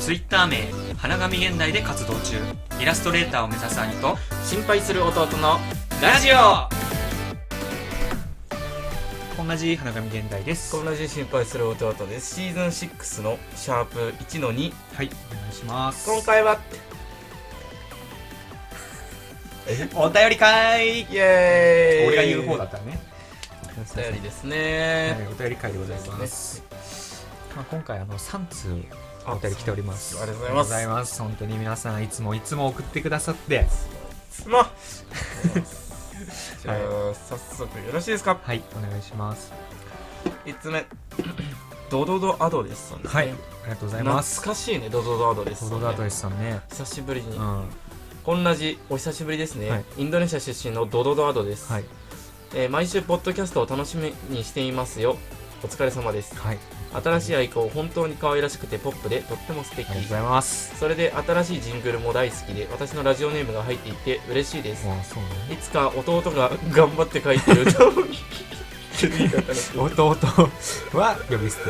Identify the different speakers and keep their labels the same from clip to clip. Speaker 1: ツイッター名花神現代で活動中イラストレーターを目指す兄と
Speaker 2: 心配する弟の
Speaker 1: ラジオ同じ花神現代です
Speaker 2: 同じ心配する弟ですシーズン6のシャープ1の2
Speaker 1: はいお願いします
Speaker 2: 今回は
Speaker 1: お便り会
Speaker 2: イエーイ
Speaker 1: 俺が言う方だったね
Speaker 2: お便りですね、
Speaker 1: お便り会でございます、まあ、今回あの3通お便り来ております
Speaker 2: ありがとうご
Speaker 1: あり
Speaker 2: ざいます
Speaker 1: がとうございます本当に皆さんいつもいつも送ってくださって
Speaker 2: まあじゃあ、早速よろしいですか
Speaker 1: はいお願いします
Speaker 2: 1つ目ドドドアドレスさんですね
Speaker 1: はいありがとうござい
Speaker 2: 懐
Speaker 1: ます
Speaker 2: かしいねドドドアドレスさん、
Speaker 1: ト
Speaker 2: ね、
Speaker 1: ドダートレスさんね
Speaker 2: 久しぶり
Speaker 1: う
Speaker 2: に、
Speaker 1: んは
Speaker 2: こんなじお久しぶりですね、
Speaker 1: はい
Speaker 2: インドネシア出身のドドドアドです、
Speaker 1: い
Speaker 2: えー毎週ポッドキャストを楽しみにしていますよお疲れ様です
Speaker 1: はい
Speaker 2: 新しいアイコン本当に可愛らしくてポップでとっても素敵
Speaker 1: ありがとうございます
Speaker 2: それで新しいジングルも大好きで私のラジオネームが入っていて嬉しいです
Speaker 1: あそうね
Speaker 2: いつか弟が頑張って書 いてる歌を聴ける言い方だけどい
Speaker 1: 弟は呼び捨て、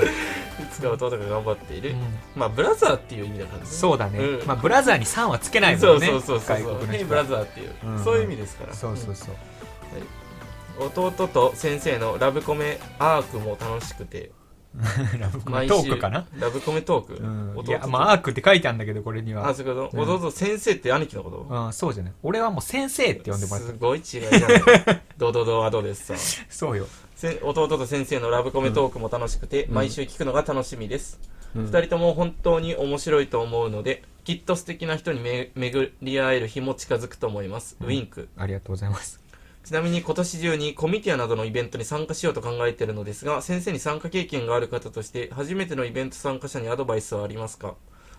Speaker 2: つか弟が頑張っていうる
Speaker 1: ん
Speaker 2: まあブラザーっていう意味だからね
Speaker 1: そうだね、
Speaker 2: うん
Speaker 1: まあブラザーに3はつけない
Speaker 2: そ
Speaker 1: もん
Speaker 2: う
Speaker 1: ね
Speaker 2: そうそうそう
Speaker 1: 外
Speaker 2: そう
Speaker 1: 国の
Speaker 2: ヘイ
Speaker 1: 人
Speaker 2: ブラザーっていう
Speaker 1: うん
Speaker 2: そういう意味ですから
Speaker 1: そうそうそう、
Speaker 2: うん弟と先生のラブコメアークも楽しくて
Speaker 1: ラブコメ
Speaker 2: 毎週
Speaker 1: トークかな
Speaker 2: ラブコメトーク、
Speaker 1: うん、い
Speaker 2: 弟
Speaker 1: や
Speaker 2: と
Speaker 1: まあアークって書いてあるんだけどこれに
Speaker 2: あ
Speaker 1: は
Speaker 2: そういうこと、
Speaker 1: うん
Speaker 2: 弟と先生って兄貴のこと
Speaker 1: うん、そうじゃない俺はもう先生って呼んでもらっ
Speaker 2: す
Speaker 1: た
Speaker 2: ごい違いじゃないドドドアドレスさん
Speaker 1: そうよ、
Speaker 2: せ弟と先生のラブコメトークも楽しくて、
Speaker 1: うん
Speaker 2: 毎週聞くのが楽しみです、
Speaker 1: うん
Speaker 2: 二人とも本当に面白いと思うのできっと素敵な人にめ巡り合える日も近づくと思います、
Speaker 1: うん
Speaker 2: ウィンク
Speaker 1: ありがとうございます
Speaker 2: ちなみに今年中にコミティアなどのイベントに参加しようと考えているのですが先生に参加経験がある方として初めてのイベント参加者にアドバイスはありますか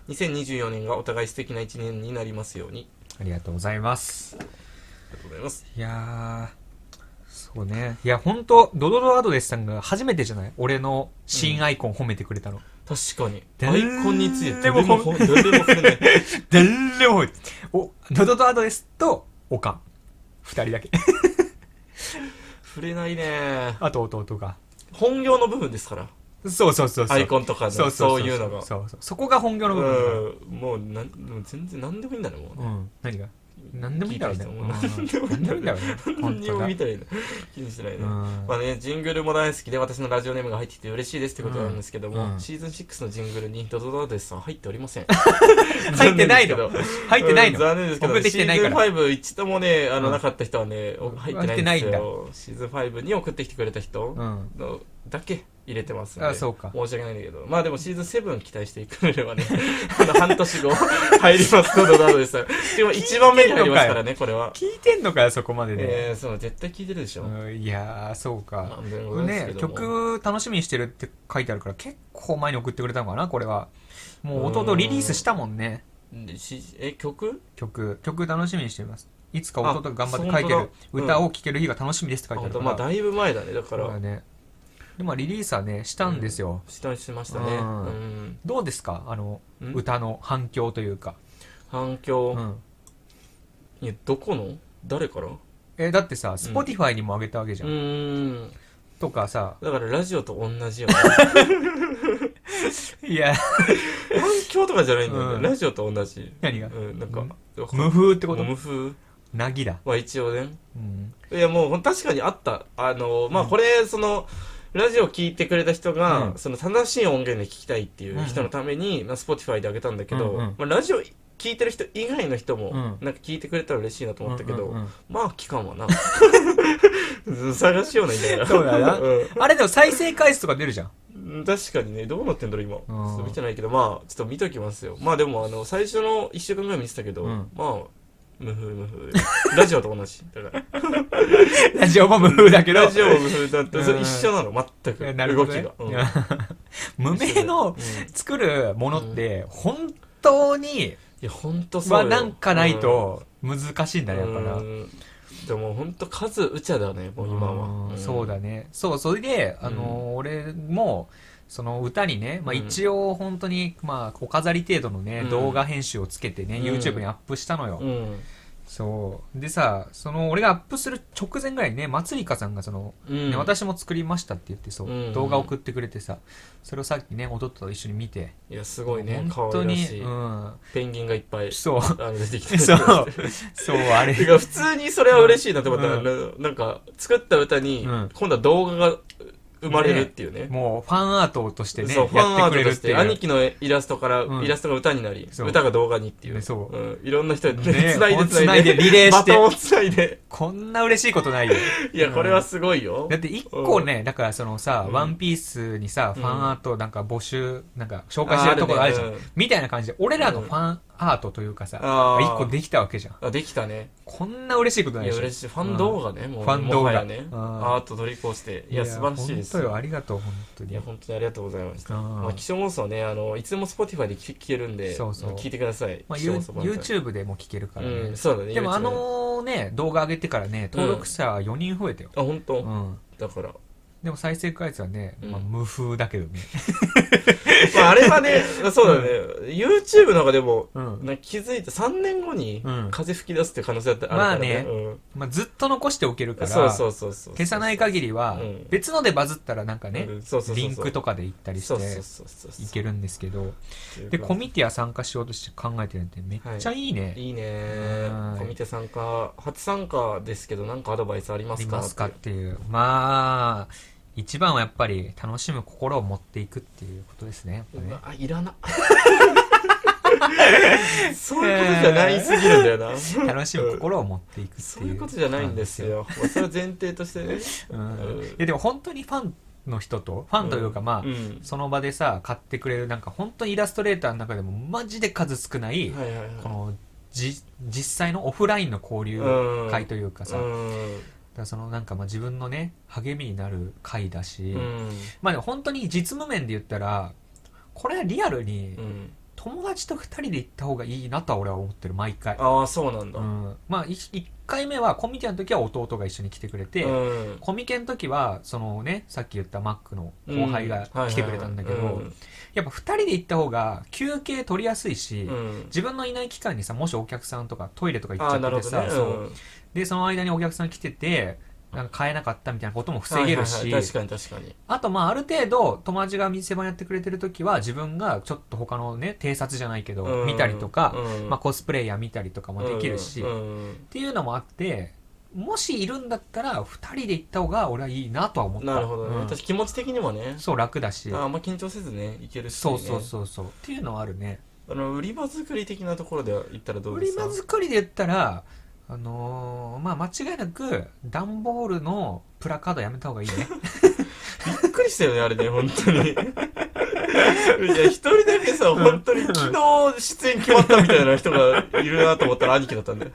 Speaker 2: 2024年がお互い素敵な一年になりますように
Speaker 1: ありがとうございます
Speaker 2: ありがとうございます
Speaker 1: いやーそうねいや本当ドドドアドレスさんが初めてじゃない俺の新アイコン褒めてくれたの、
Speaker 2: 確かに
Speaker 1: で
Speaker 2: アイコンについて
Speaker 1: でも
Speaker 2: どれどれも触れない
Speaker 1: 誰も覚えておドドドアドレスとオカン二人だけ
Speaker 2: 触れないね
Speaker 1: あと弟が
Speaker 2: 本業の部分ですから
Speaker 1: そうそうそうそう
Speaker 2: アイコンとかのそういうのが
Speaker 1: そうそうそこが本業の部分だから
Speaker 2: うんもうなんもう全然何でもいいんだねもうね
Speaker 1: うん何が何でもいいんだろうね
Speaker 2: 聞
Speaker 1: うん
Speaker 2: いた人
Speaker 1: 何
Speaker 2: も
Speaker 1: でもいいんだろうね
Speaker 2: 何にも見
Speaker 1: 本
Speaker 2: たいな気にしないね、
Speaker 1: 当だうん
Speaker 2: まあね、ジングルも大好きで私のラジオネームが入ってきて嬉しいですってことなんですけども、
Speaker 1: うん
Speaker 2: シーズン6のジングルにドドドドですさん入っておりません
Speaker 1: 入ってないの入ってないの
Speaker 2: 残念ですけど,、
Speaker 1: 送ってき
Speaker 2: シ
Speaker 1: て
Speaker 2: ー
Speaker 1: ない
Speaker 2: ズ
Speaker 1: か
Speaker 2: ン
Speaker 1: ら
Speaker 2: 5一度もねあの、
Speaker 1: うん
Speaker 2: なかった人はねお入ってないんですよシーズン5に送ってきてくれた人
Speaker 1: うん
Speaker 2: のだけ入れてますんで
Speaker 1: あそうか
Speaker 2: 申し訳ないんだけどまあでもシーズン7期待してくれればね あの半年後入りますドドドドですさんでも1番目に入りますからねこれは、
Speaker 1: 聞いてんのかよそこまでで
Speaker 2: えー、その絶対聞いてるでしょ、
Speaker 1: うんいやーそう
Speaker 2: まあ
Speaker 1: か
Speaker 2: でもですけ
Speaker 1: ね
Speaker 2: ども
Speaker 1: 曲楽しみにしてるって書いてあるから結構前に送ってくれたのかなこれはもう
Speaker 2: う
Speaker 1: 弟
Speaker 2: ん
Speaker 1: リリースしたもんね
Speaker 2: でしえ曲
Speaker 1: 曲曲楽しみにしていますいつか弟が頑張って書いて
Speaker 2: あ本
Speaker 1: る
Speaker 2: 当だうん
Speaker 1: 歌を聴ける日が楽しみですって書いてあ
Speaker 2: 本
Speaker 1: るか
Speaker 2: 当
Speaker 1: ら
Speaker 2: まあだいぶ前だねだか
Speaker 1: そうだ
Speaker 2: ら
Speaker 1: ねでもリリースはねしたんですよ、
Speaker 2: 下にしましたねう
Speaker 1: うん
Speaker 2: ん
Speaker 1: どうですかあの
Speaker 2: うん
Speaker 1: 歌の反響というか、
Speaker 2: 反
Speaker 1: う
Speaker 2: 響
Speaker 1: ん
Speaker 2: いやどこの誰からう
Speaker 1: えだってさ Spotify にも上げたわけじゃん、
Speaker 2: ーん
Speaker 1: とかさ
Speaker 2: だからラジオと 同じよね
Speaker 1: いや
Speaker 2: 反響とかじゃないんだよ
Speaker 1: うん
Speaker 2: ねラジオと同じ
Speaker 1: 何が
Speaker 2: うんなんかわかんない
Speaker 1: 無風ってこと
Speaker 2: 無風
Speaker 1: なぎだ、
Speaker 2: は一応ね
Speaker 1: うん、
Speaker 2: いやもう確かにあったあのまあこれそのラジオ聞いてくれた人が、
Speaker 1: うん
Speaker 2: その正しい音源で聞きたいっていう人
Speaker 1: うんう
Speaker 2: のために、まあ、Spotify であげたんだけど、
Speaker 1: うんうん
Speaker 2: まあ、ラジオ聞いてる人以外の人も、
Speaker 1: うん
Speaker 2: なんか聞いてくれたら嬉しいなと思ったけど、
Speaker 1: うんうんうん
Speaker 2: まあ期間はな 探しようないんだから
Speaker 1: そうだな
Speaker 2: うん
Speaker 1: あれでも再生回数とか出るじ ゃん
Speaker 2: うん確かにねどうなってんだろう今、
Speaker 1: ん
Speaker 2: ちょっと見てないけどまあちょっと見ときますよまあでもあの最初の1週間ぐらい見てたけど、
Speaker 1: うん
Speaker 2: まあ無風無風 ラジオと同じだから
Speaker 1: ラジオも無風だけど
Speaker 2: ラジオもそれだって、
Speaker 1: うん
Speaker 2: それ一緒なの、全 く。
Speaker 1: なるほど、ね、
Speaker 2: 動きが。うん
Speaker 1: いや 無名の
Speaker 2: うんい
Speaker 1: 作るものって本当に
Speaker 2: や、ほんとそう
Speaker 1: は
Speaker 2: よ。
Speaker 1: なんかないと難しいん
Speaker 2: う
Speaker 1: だ
Speaker 2: ん、
Speaker 1: ねやっぱな
Speaker 2: うんでもほんと数うちゃだね、もう今は。
Speaker 1: うん
Speaker 2: ん
Speaker 1: そうだ。ねそうそれで、あの俺もその歌にね、まあ、
Speaker 2: うん
Speaker 1: 一応本当にまあお飾り程度のね、
Speaker 2: うん
Speaker 1: 動画編集をつけてね、
Speaker 2: うん
Speaker 1: YouTube にアップしたのよ、
Speaker 2: うん。
Speaker 1: そう。でさ、その、俺がアップする直前ぐらいにね、松里香さんがその、
Speaker 2: うん
Speaker 1: ね、私も作りましたって言ってそう、
Speaker 2: うん
Speaker 1: 動画送ってくれてさ、それをさっきね、弟と一緒に見て、
Speaker 2: いやすごいね可
Speaker 1: 本当
Speaker 2: 愛ら
Speaker 1: に、
Speaker 2: しい、
Speaker 1: うん。
Speaker 2: ペンギンがいっぱい
Speaker 1: そう。
Speaker 2: あの出てきて
Speaker 1: そう。 そう、あれ。
Speaker 2: てか普通にそれは嬉しいなと思ったら、
Speaker 1: うん
Speaker 2: ななんか作った歌に
Speaker 1: うん
Speaker 2: 今度は動画が生まれるっていうね
Speaker 1: もう、ファンアートとしてね、
Speaker 2: そうファン
Speaker 1: や
Speaker 2: ア
Speaker 1: っ
Speaker 2: ー
Speaker 1: てくれる
Speaker 2: トと
Speaker 1: っ
Speaker 2: して
Speaker 1: い
Speaker 2: て
Speaker 1: う。
Speaker 2: 兄貴のイラストから、
Speaker 1: うん
Speaker 2: イラストが歌になり
Speaker 1: そう
Speaker 2: 歌が動画にっていう,、、
Speaker 1: ねそうん
Speaker 2: いろんな人で
Speaker 1: ね
Speaker 2: つないでつ
Speaker 1: つ
Speaker 2: な
Speaker 1: ないい
Speaker 2: で
Speaker 1: でリレーして
Speaker 2: バトンをつないで
Speaker 1: こんな嬉しいことない よ。
Speaker 2: いやこれはすごいよ、
Speaker 1: だって一個ね、だからそのさ、
Speaker 2: うん
Speaker 1: ワンピースにさ、
Speaker 2: うん
Speaker 1: ファンアートなんか募集、なんか紹介してるところあるじゃん。
Speaker 2: ああるねうん
Speaker 1: みたいな感じで、俺らのファンアートというかさ、
Speaker 2: あー
Speaker 1: 一個できたわけじゃん。
Speaker 2: あできたね
Speaker 1: こんな嬉しいことないいで
Speaker 2: や
Speaker 1: しょ。
Speaker 2: 嬉しいファン動画ね、もう
Speaker 1: ファン動画
Speaker 2: もはやね
Speaker 1: うん
Speaker 2: アート取り越していや素晴らしいです
Speaker 1: 本当よ、ありがとう、本当
Speaker 2: い
Speaker 1: に
Speaker 2: や。本当にありがとうございました、
Speaker 1: うん
Speaker 2: まあ、気象妄想ねあのいつでも Spotify で聞けるんで
Speaker 1: そうそう
Speaker 2: 聞いてください、
Speaker 1: まあ、
Speaker 2: 気象
Speaker 1: ユ
Speaker 2: 妄
Speaker 1: ー
Speaker 2: 想万歳
Speaker 1: YouTube でも聞けるからね。
Speaker 2: うんそうだね
Speaker 1: でも
Speaker 2: YouTube
Speaker 1: あのね、動画上げてからね、登録者4人増えたよ。
Speaker 2: あ本当、
Speaker 1: うん。
Speaker 2: だから
Speaker 1: でも再生回数はね、まあ、
Speaker 2: うん
Speaker 1: 無風だけどね。
Speaker 2: まあ、あれは ね、そうだね、YouTube なんかでも、
Speaker 1: うん。
Speaker 2: なんか気づいた、3年後に
Speaker 1: うん
Speaker 2: 風吹き出すっていう可能性だってある
Speaker 1: ま
Speaker 2: から
Speaker 1: あ
Speaker 2: ね
Speaker 1: ね。まあ、ずっと残しておける
Speaker 2: う
Speaker 1: から、
Speaker 2: ん、そうそうそうそう。
Speaker 1: 消さない限りは
Speaker 2: うん、
Speaker 1: 別のでバズったらなんかね、
Speaker 2: うんそうそうそうそ
Speaker 1: リ
Speaker 2: う
Speaker 1: ンクとかで行ったりして
Speaker 2: そうそうそうそう。
Speaker 1: いけるんですけど、
Speaker 2: る
Speaker 1: で、コミティア参加しようとして考えてるんで、めっちゃいいね。
Speaker 2: いいね
Speaker 1: はい
Speaker 2: コミテ参加、初参加ですけど、なんかアドバイスありま
Speaker 1: あり
Speaker 2: すか
Speaker 1: ますかっ
Speaker 2: っ
Speaker 1: て
Speaker 2: て
Speaker 1: いう。まあ、一番はやっぱり楽しむ心を持っていくっていうことですね。やっぱ
Speaker 2: う
Speaker 1: ね
Speaker 2: わいらな。 そういうことじゃないすぎるんだよ な。
Speaker 1: 楽しむ心を持っていくっていう。
Speaker 2: そういうことじゃないんです。よ。まあそれは前提としてね。
Speaker 1: うん、いやでも本当にファンの人と、ファンというかまあ、
Speaker 2: うん
Speaker 1: その場でさ、買ってくれるなんか本当にイラストレーターの中でもマジで数少ない、
Speaker 2: はいはいはい。
Speaker 1: このじ実際のオフラインの交流会というかさ、だか
Speaker 2: うん
Speaker 1: らそのなんかまあ自分のね励みになる会だし、
Speaker 2: うん
Speaker 1: まあでも本当に実務面で言ったらこれはリアルに
Speaker 2: うん、
Speaker 1: 友達と二人で行った方がいいなとは俺は思ってる毎回、
Speaker 2: ああそうなんだ、
Speaker 1: う
Speaker 2: うん
Speaker 1: ん、まあい一回目はコミケの時は弟が一緒に来てくれて、コミケの時はそのねさっき言ったマックの後輩が来てくれたんだけど、やっぱ二人で行った方が休憩取りやすいし、自分のいない期間にさもしお客さんとかトイレとか行
Speaker 2: あ
Speaker 1: っち
Speaker 2: あー
Speaker 1: ゃ
Speaker 2: な
Speaker 1: って
Speaker 2: る
Speaker 1: てさ、
Speaker 2: ほどね
Speaker 1: そう
Speaker 2: うん
Speaker 1: でその間にお客さん来ててなんか買えなかったみたいなことも防げるし、
Speaker 2: はいはいはい確かに確かに
Speaker 1: あとまあある程度友達が店番やってくれてる時は自分がちょっと他のね偵察じゃないけど、
Speaker 2: うん
Speaker 1: 見たりとか、
Speaker 2: うん
Speaker 1: まあ、コスプレイヤー見たりとかもできるし、っ
Speaker 2: うん
Speaker 1: ていうのもあってもしいるんだったら2人で行った方が俺はいいなとは思った
Speaker 2: なるほどね、
Speaker 1: うん
Speaker 2: 私気持ち的にもね
Speaker 1: そう楽だし
Speaker 2: あーあんま緊張せずねいけるし、ね、
Speaker 1: そうそうそうそうっていうのはあるね
Speaker 2: あの売り場作り的なところで言ったらどう
Speaker 1: 売
Speaker 2: で
Speaker 1: り
Speaker 2: すか
Speaker 1: 場作りで言ったらあのーまあ間違いなく段ボールのプラカードやめた方がいい ね
Speaker 2: びっくりしたよねあれね本当にいや一人だけさ本当に昨日出演決まったみたいな人がいるなと思ったら兄貴だったんだよ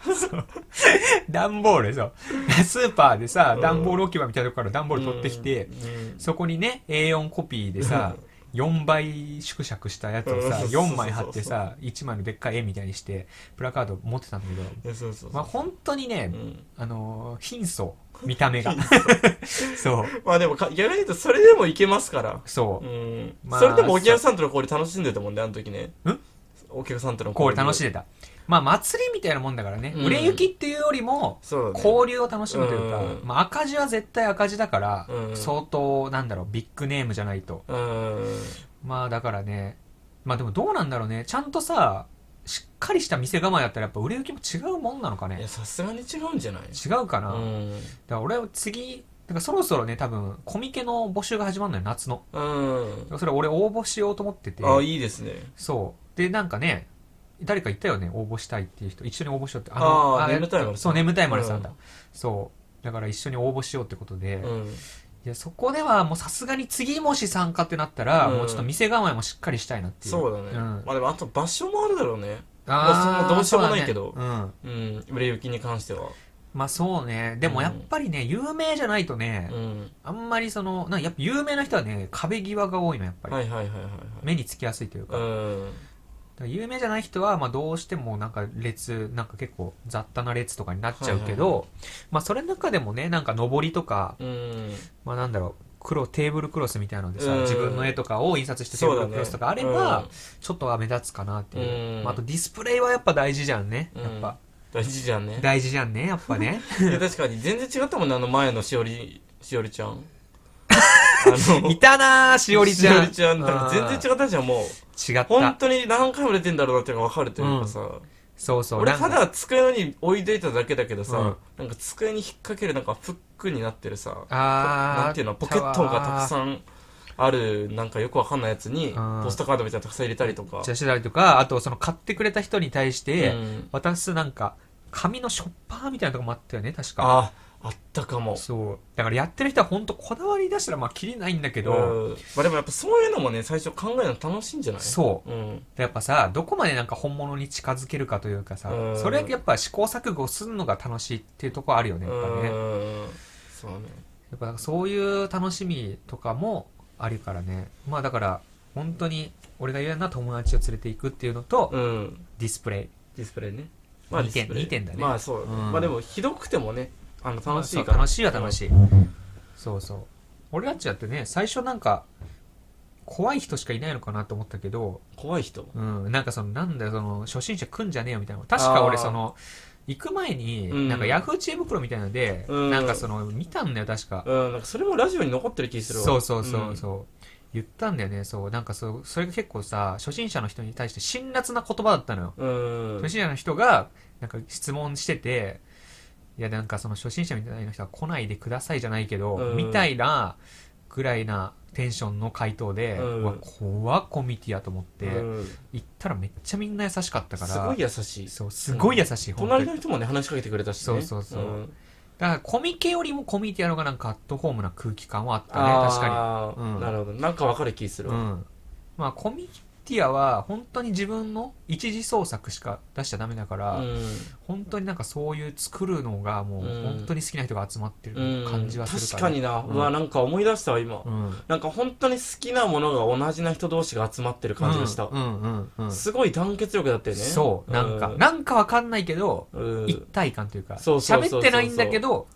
Speaker 1: 段ボールそう スーパーでさ
Speaker 2: うん
Speaker 1: 段ボール置き場みたいなとこから段ボール取ってきて、
Speaker 2: うん
Speaker 1: そこにね A4 コピーでさ
Speaker 2: う
Speaker 1: 4倍縮尺したやつをさ
Speaker 2: うん
Speaker 1: 4枚貼ってさ1枚のでっかい絵みたいにしてプラカード持ってたんだけど
Speaker 2: いやそうそうそう、
Speaker 1: まあ本当にね
Speaker 2: うん
Speaker 1: あのー貧相見た目が そう
Speaker 2: まあでもか逆に言うとそれでもいけますから、
Speaker 1: そううんまあ
Speaker 2: それでもお客さんとの交流楽しんでたもんねあの時ね
Speaker 1: ん
Speaker 2: お客さんとの
Speaker 1: こう楽しん
Speaker 2: い
Speaker 1: でたまあ祭りみたいなもんだからね
Speaker 2: うん
Speaker 1: 売れ行きっていうよりも
Speaker 2: そうだね
Speaker 1: 交流を楽しむというか
Speaker 2: うん
Speaker 1: まあ赤字は絶対赤字だから
Speaker 2: うん
Speaker 1: 相当なんだろうビッグネームじゃないと
Speaker 2: うーん
Speaker 1: まあだからね、まあでもどうなんだろうね。ちゃんとさ、しっかりした店構えだったらやっぱ売れ行きも違うもんなのか
Speaker 2: い
Speaker 1: ね
Speaker 2: や。さすがに違うんじゃない
Speaker 1: 違うかな。
Speaker 2: う
Speaker 1: だか
Speaker 2: ん
Speaker 1: ら俺は次、だからそろそろね、多分、コミケの募集が始まるのよ、夏の。
Speaker 2: うん
Speaker 1: それ俺応募しようと思ってて。
Speaker 2: あいいですね
Speaker 1: そう。で、なんかね、誰か言ったよね、応募したいっていう人。一緒に応募しようって。
Speaker 2: あー
Speaker 1: えっと
Speaker 2: 眠たい丸さん
Speaker 1: そう、眠たい丸さんだ。
Speaker 2: う
Speaker 1: そう。だから一緒に応募しようってことで、
Speaker 2: う
Speaker 1: い
Speaker 2: ん
Speaker 1: やそこではもうさすがに次もし参加ってなったら、
Speaker 2: うん
Speaker 1: もうちょっと店構えもしっかりしたいなっていう
Speaker 2: そうだね、
Speaker 1: ん
Speaker 2: まあでもあと場所もあるだろうね
Speaker 1: あ
Speaker 2: まあそんなどうしようもないけど
Speaker 1: そうだねうん
Speaker 2: うん売れ行きに関しては
Speaker 1: まあそうねでもやっぱりね、有名じゃないとね、
Speaker 2: うん
Speaker 1: あんまりそのなんかやっぱ有名な人はね壁際が多いのやっぱり、
Speaker 2: はいはいはいはい
Speaker 1: 目につきやすいというか,、
Speaker 2: はい
Speaker 1: だ
Speaker 2: うん
Speaker 1: から有名じゃない人はまあどうしてもなんか列なんか結構雑多な列とかになっちゃうけど、
Speaker 2: は
Speaker 1: まあそれの中でもねなんか上りとか
Speaker 2: うん
Speaker 1: まあなんだろう黒テーブルクロスみたいなのでさ、
Speaker 2: うん
Speaker 1: 自分の絵とかを印刷してテー
Speaker 2: そう
Speaker 1: ブ
Speaker 2: だ
Speaker 1: ル
Speaker 2: ね
Speaker 1: クロスとかあれば、ちょっとは目立つかなっていう、
Speaker 2: うん
Speaker 1: まあ、あとディスプレイはやっぱ大事じゃんねやっぱ、
Speaker 2: 大事じゃんね
Speaker 1: 大事じゃんねやっぱ ね
Speaker 2: いや確かに全然違ったもんねあの前のしおりしおりちゃん あ
Speaker 1: いたなーしおりち
Speaker 2: し
Speaker 1: ゃ
Speaker 2: お
Speaker 1: ん
Speaker 2: りちゃんだから全然違ったじゃんもう
Speaker 1: 違っ
Speaker 2: 本
Speaker 1: た
Speaker 2: 当に何回も出てんだろうなっていうのが分かるというかさ、
Speaker 1: そうそう
Speaker 2: 俺
Speaker 1: なんか
Speaker 2: ただ机に置いといただけだけどさ、
Speaker 1: うん
Speaker 2: なんか机に引っ掛けるなんかフックになってるさ
Speaker 1: あー
Speaker 2: なんていうのポケットがたくさんあるなんかよくわかんないやつに
Speaker 1: うん
Speaker 2: ポストカードみたいなのたくさん入れたりとか
Speaker 1: じゃあしてたりとかあとその買ってくれた人に対し
Speaker 2: う
Speaker 1: て
Speaker 2: ん、
Speaker 1: 渡すなんか紙のショッパーみたいなとこもあったよね確か
Speaker 2: ああったかも
Speaker 1: そうだからやってる人は本当こだわり出したらまあきりないんだけど、
Speaker 2: うんまあ、でもやっぱそういうのもね最初考えるの楽しいんじゃない、
Speaker 1: そう
Speaker 2: うん、
Speaker 1: やっぱさどこまでなんか本物に近づけるかというかさ
Speaker 2: うん
Speaker 1: それやっぱ試行錯誤するのが楽しいっていうところあるよねやっぱねや
Speaker 2: うんそうね
Speaker 1: っぱなんかそういう楽しみとかもあるからねまあだから本当に俺が言うような友達を連れていくっていうのと
Speaker 2: うん
Speaker 1: ディスプレイ
Speaker 2: ディスプレイね
Speaker 1: 二
Speaker 2: ディス
Speaker 1: 点
Speaker 2: プレイ
Speaker 1: 二点だね
Speaker 2: まあそう、
Speaker 1: うん
Speaker 2: まあでもひどくてもねあの楽しい
Speaker 1: まあ
Speaker 2: か
Speaker 1: そう
Speaker 2: ら
Speaker 1: 楽しいは楽
Speaker 2: い、
Speaker 1: しいそうそう俺たちだってね最初なんか怖い人しかいないのかなと思ったけど、
Speaker 2: うん怖い人
Speaker 1: うん、なんかそのなんだよその初心者来んじゃねえよみたいな確か俺
Speaker 2: あー
Speaker 1: その行く前に、
Speaker 2: うん
Speaker 1: なんかヤフー知恵袋みたいなので、
Speaker 2: うん
Speaker 1: なんかその見たんだよ確か、
Speaker 2: うん、なんかそれもラジオに残ってる気するわ。
Speaker 1: そうそうそうそう、言ったんだよねそうなんかそうそれが結構さ初心者の人に対して辛辣な言葉だったのよ
Speaker 2: うん。うん
Speaker 1: 初。心者の人がなんか質問してていやなんかその初心者みたいな人は来ないでくださいじゃないけど、
Speaker 2: うん
Speaker 1: みたいなぐらいなテンションの回答で、
Speaker 2: うん
Speaker 1: うわ怖っコミュニティやと思って、
Speaker 2: うん
Speaker 1: 行ったらめっちゃみんな優しかったから
Speaker 2: すごい優しい。
Speaker 1: そうすごい優しい、本当
Speaker 2: 隣
Speaker 1: に
Speaker 2: の人もね、話しかけてくれたしね。
Speaker 1: そうそうそうんだからコミケよりもコミュニティやの方がなんかアットホームな空気感はあったね確か
Speaker 2: あー
Speaker 1: うん
Speaker 2: なるほど。なんかわかる気す
Speaker 1: に
Speaker 2: る
Speaker 1: う
Speaker 2: わ。
Speaker 1: んまあコミュニティアは本当に自分の一次創作しか出しちゃダメだから、
Speaker 2: う
Speaker 1: 本当になんかそういう作るのがもう
Speaker 2: うん
Speaker 1: 本当に好きな人が集まって
Speaker 2: ん。
Speaker 1: る感じはする
Speaker 2: 確
Speaker 1: か、
Speaker 2: からにな。
Speaker 1: うん
Speaker 2: うわ、なんか思い出したわ、今
Speaker 1: う。ん、
Speaker 2: なんか本当に好きなものが同じな人同士が集まってる感じがした
Speaker 1: う。んうんうん、うん
Speaker 2: すごい団結力だったよね。
Speaker 1: そうなんか、
Speaker 2: うん
Speaker 1: なんかわかんないけど
Speaker 2: うん
Speaker 1: 一体感というか
Speaker 2: そうそうそうそ
Speaker 1: 喋
Speaker 2: う
Speaker 1: ってないんだけど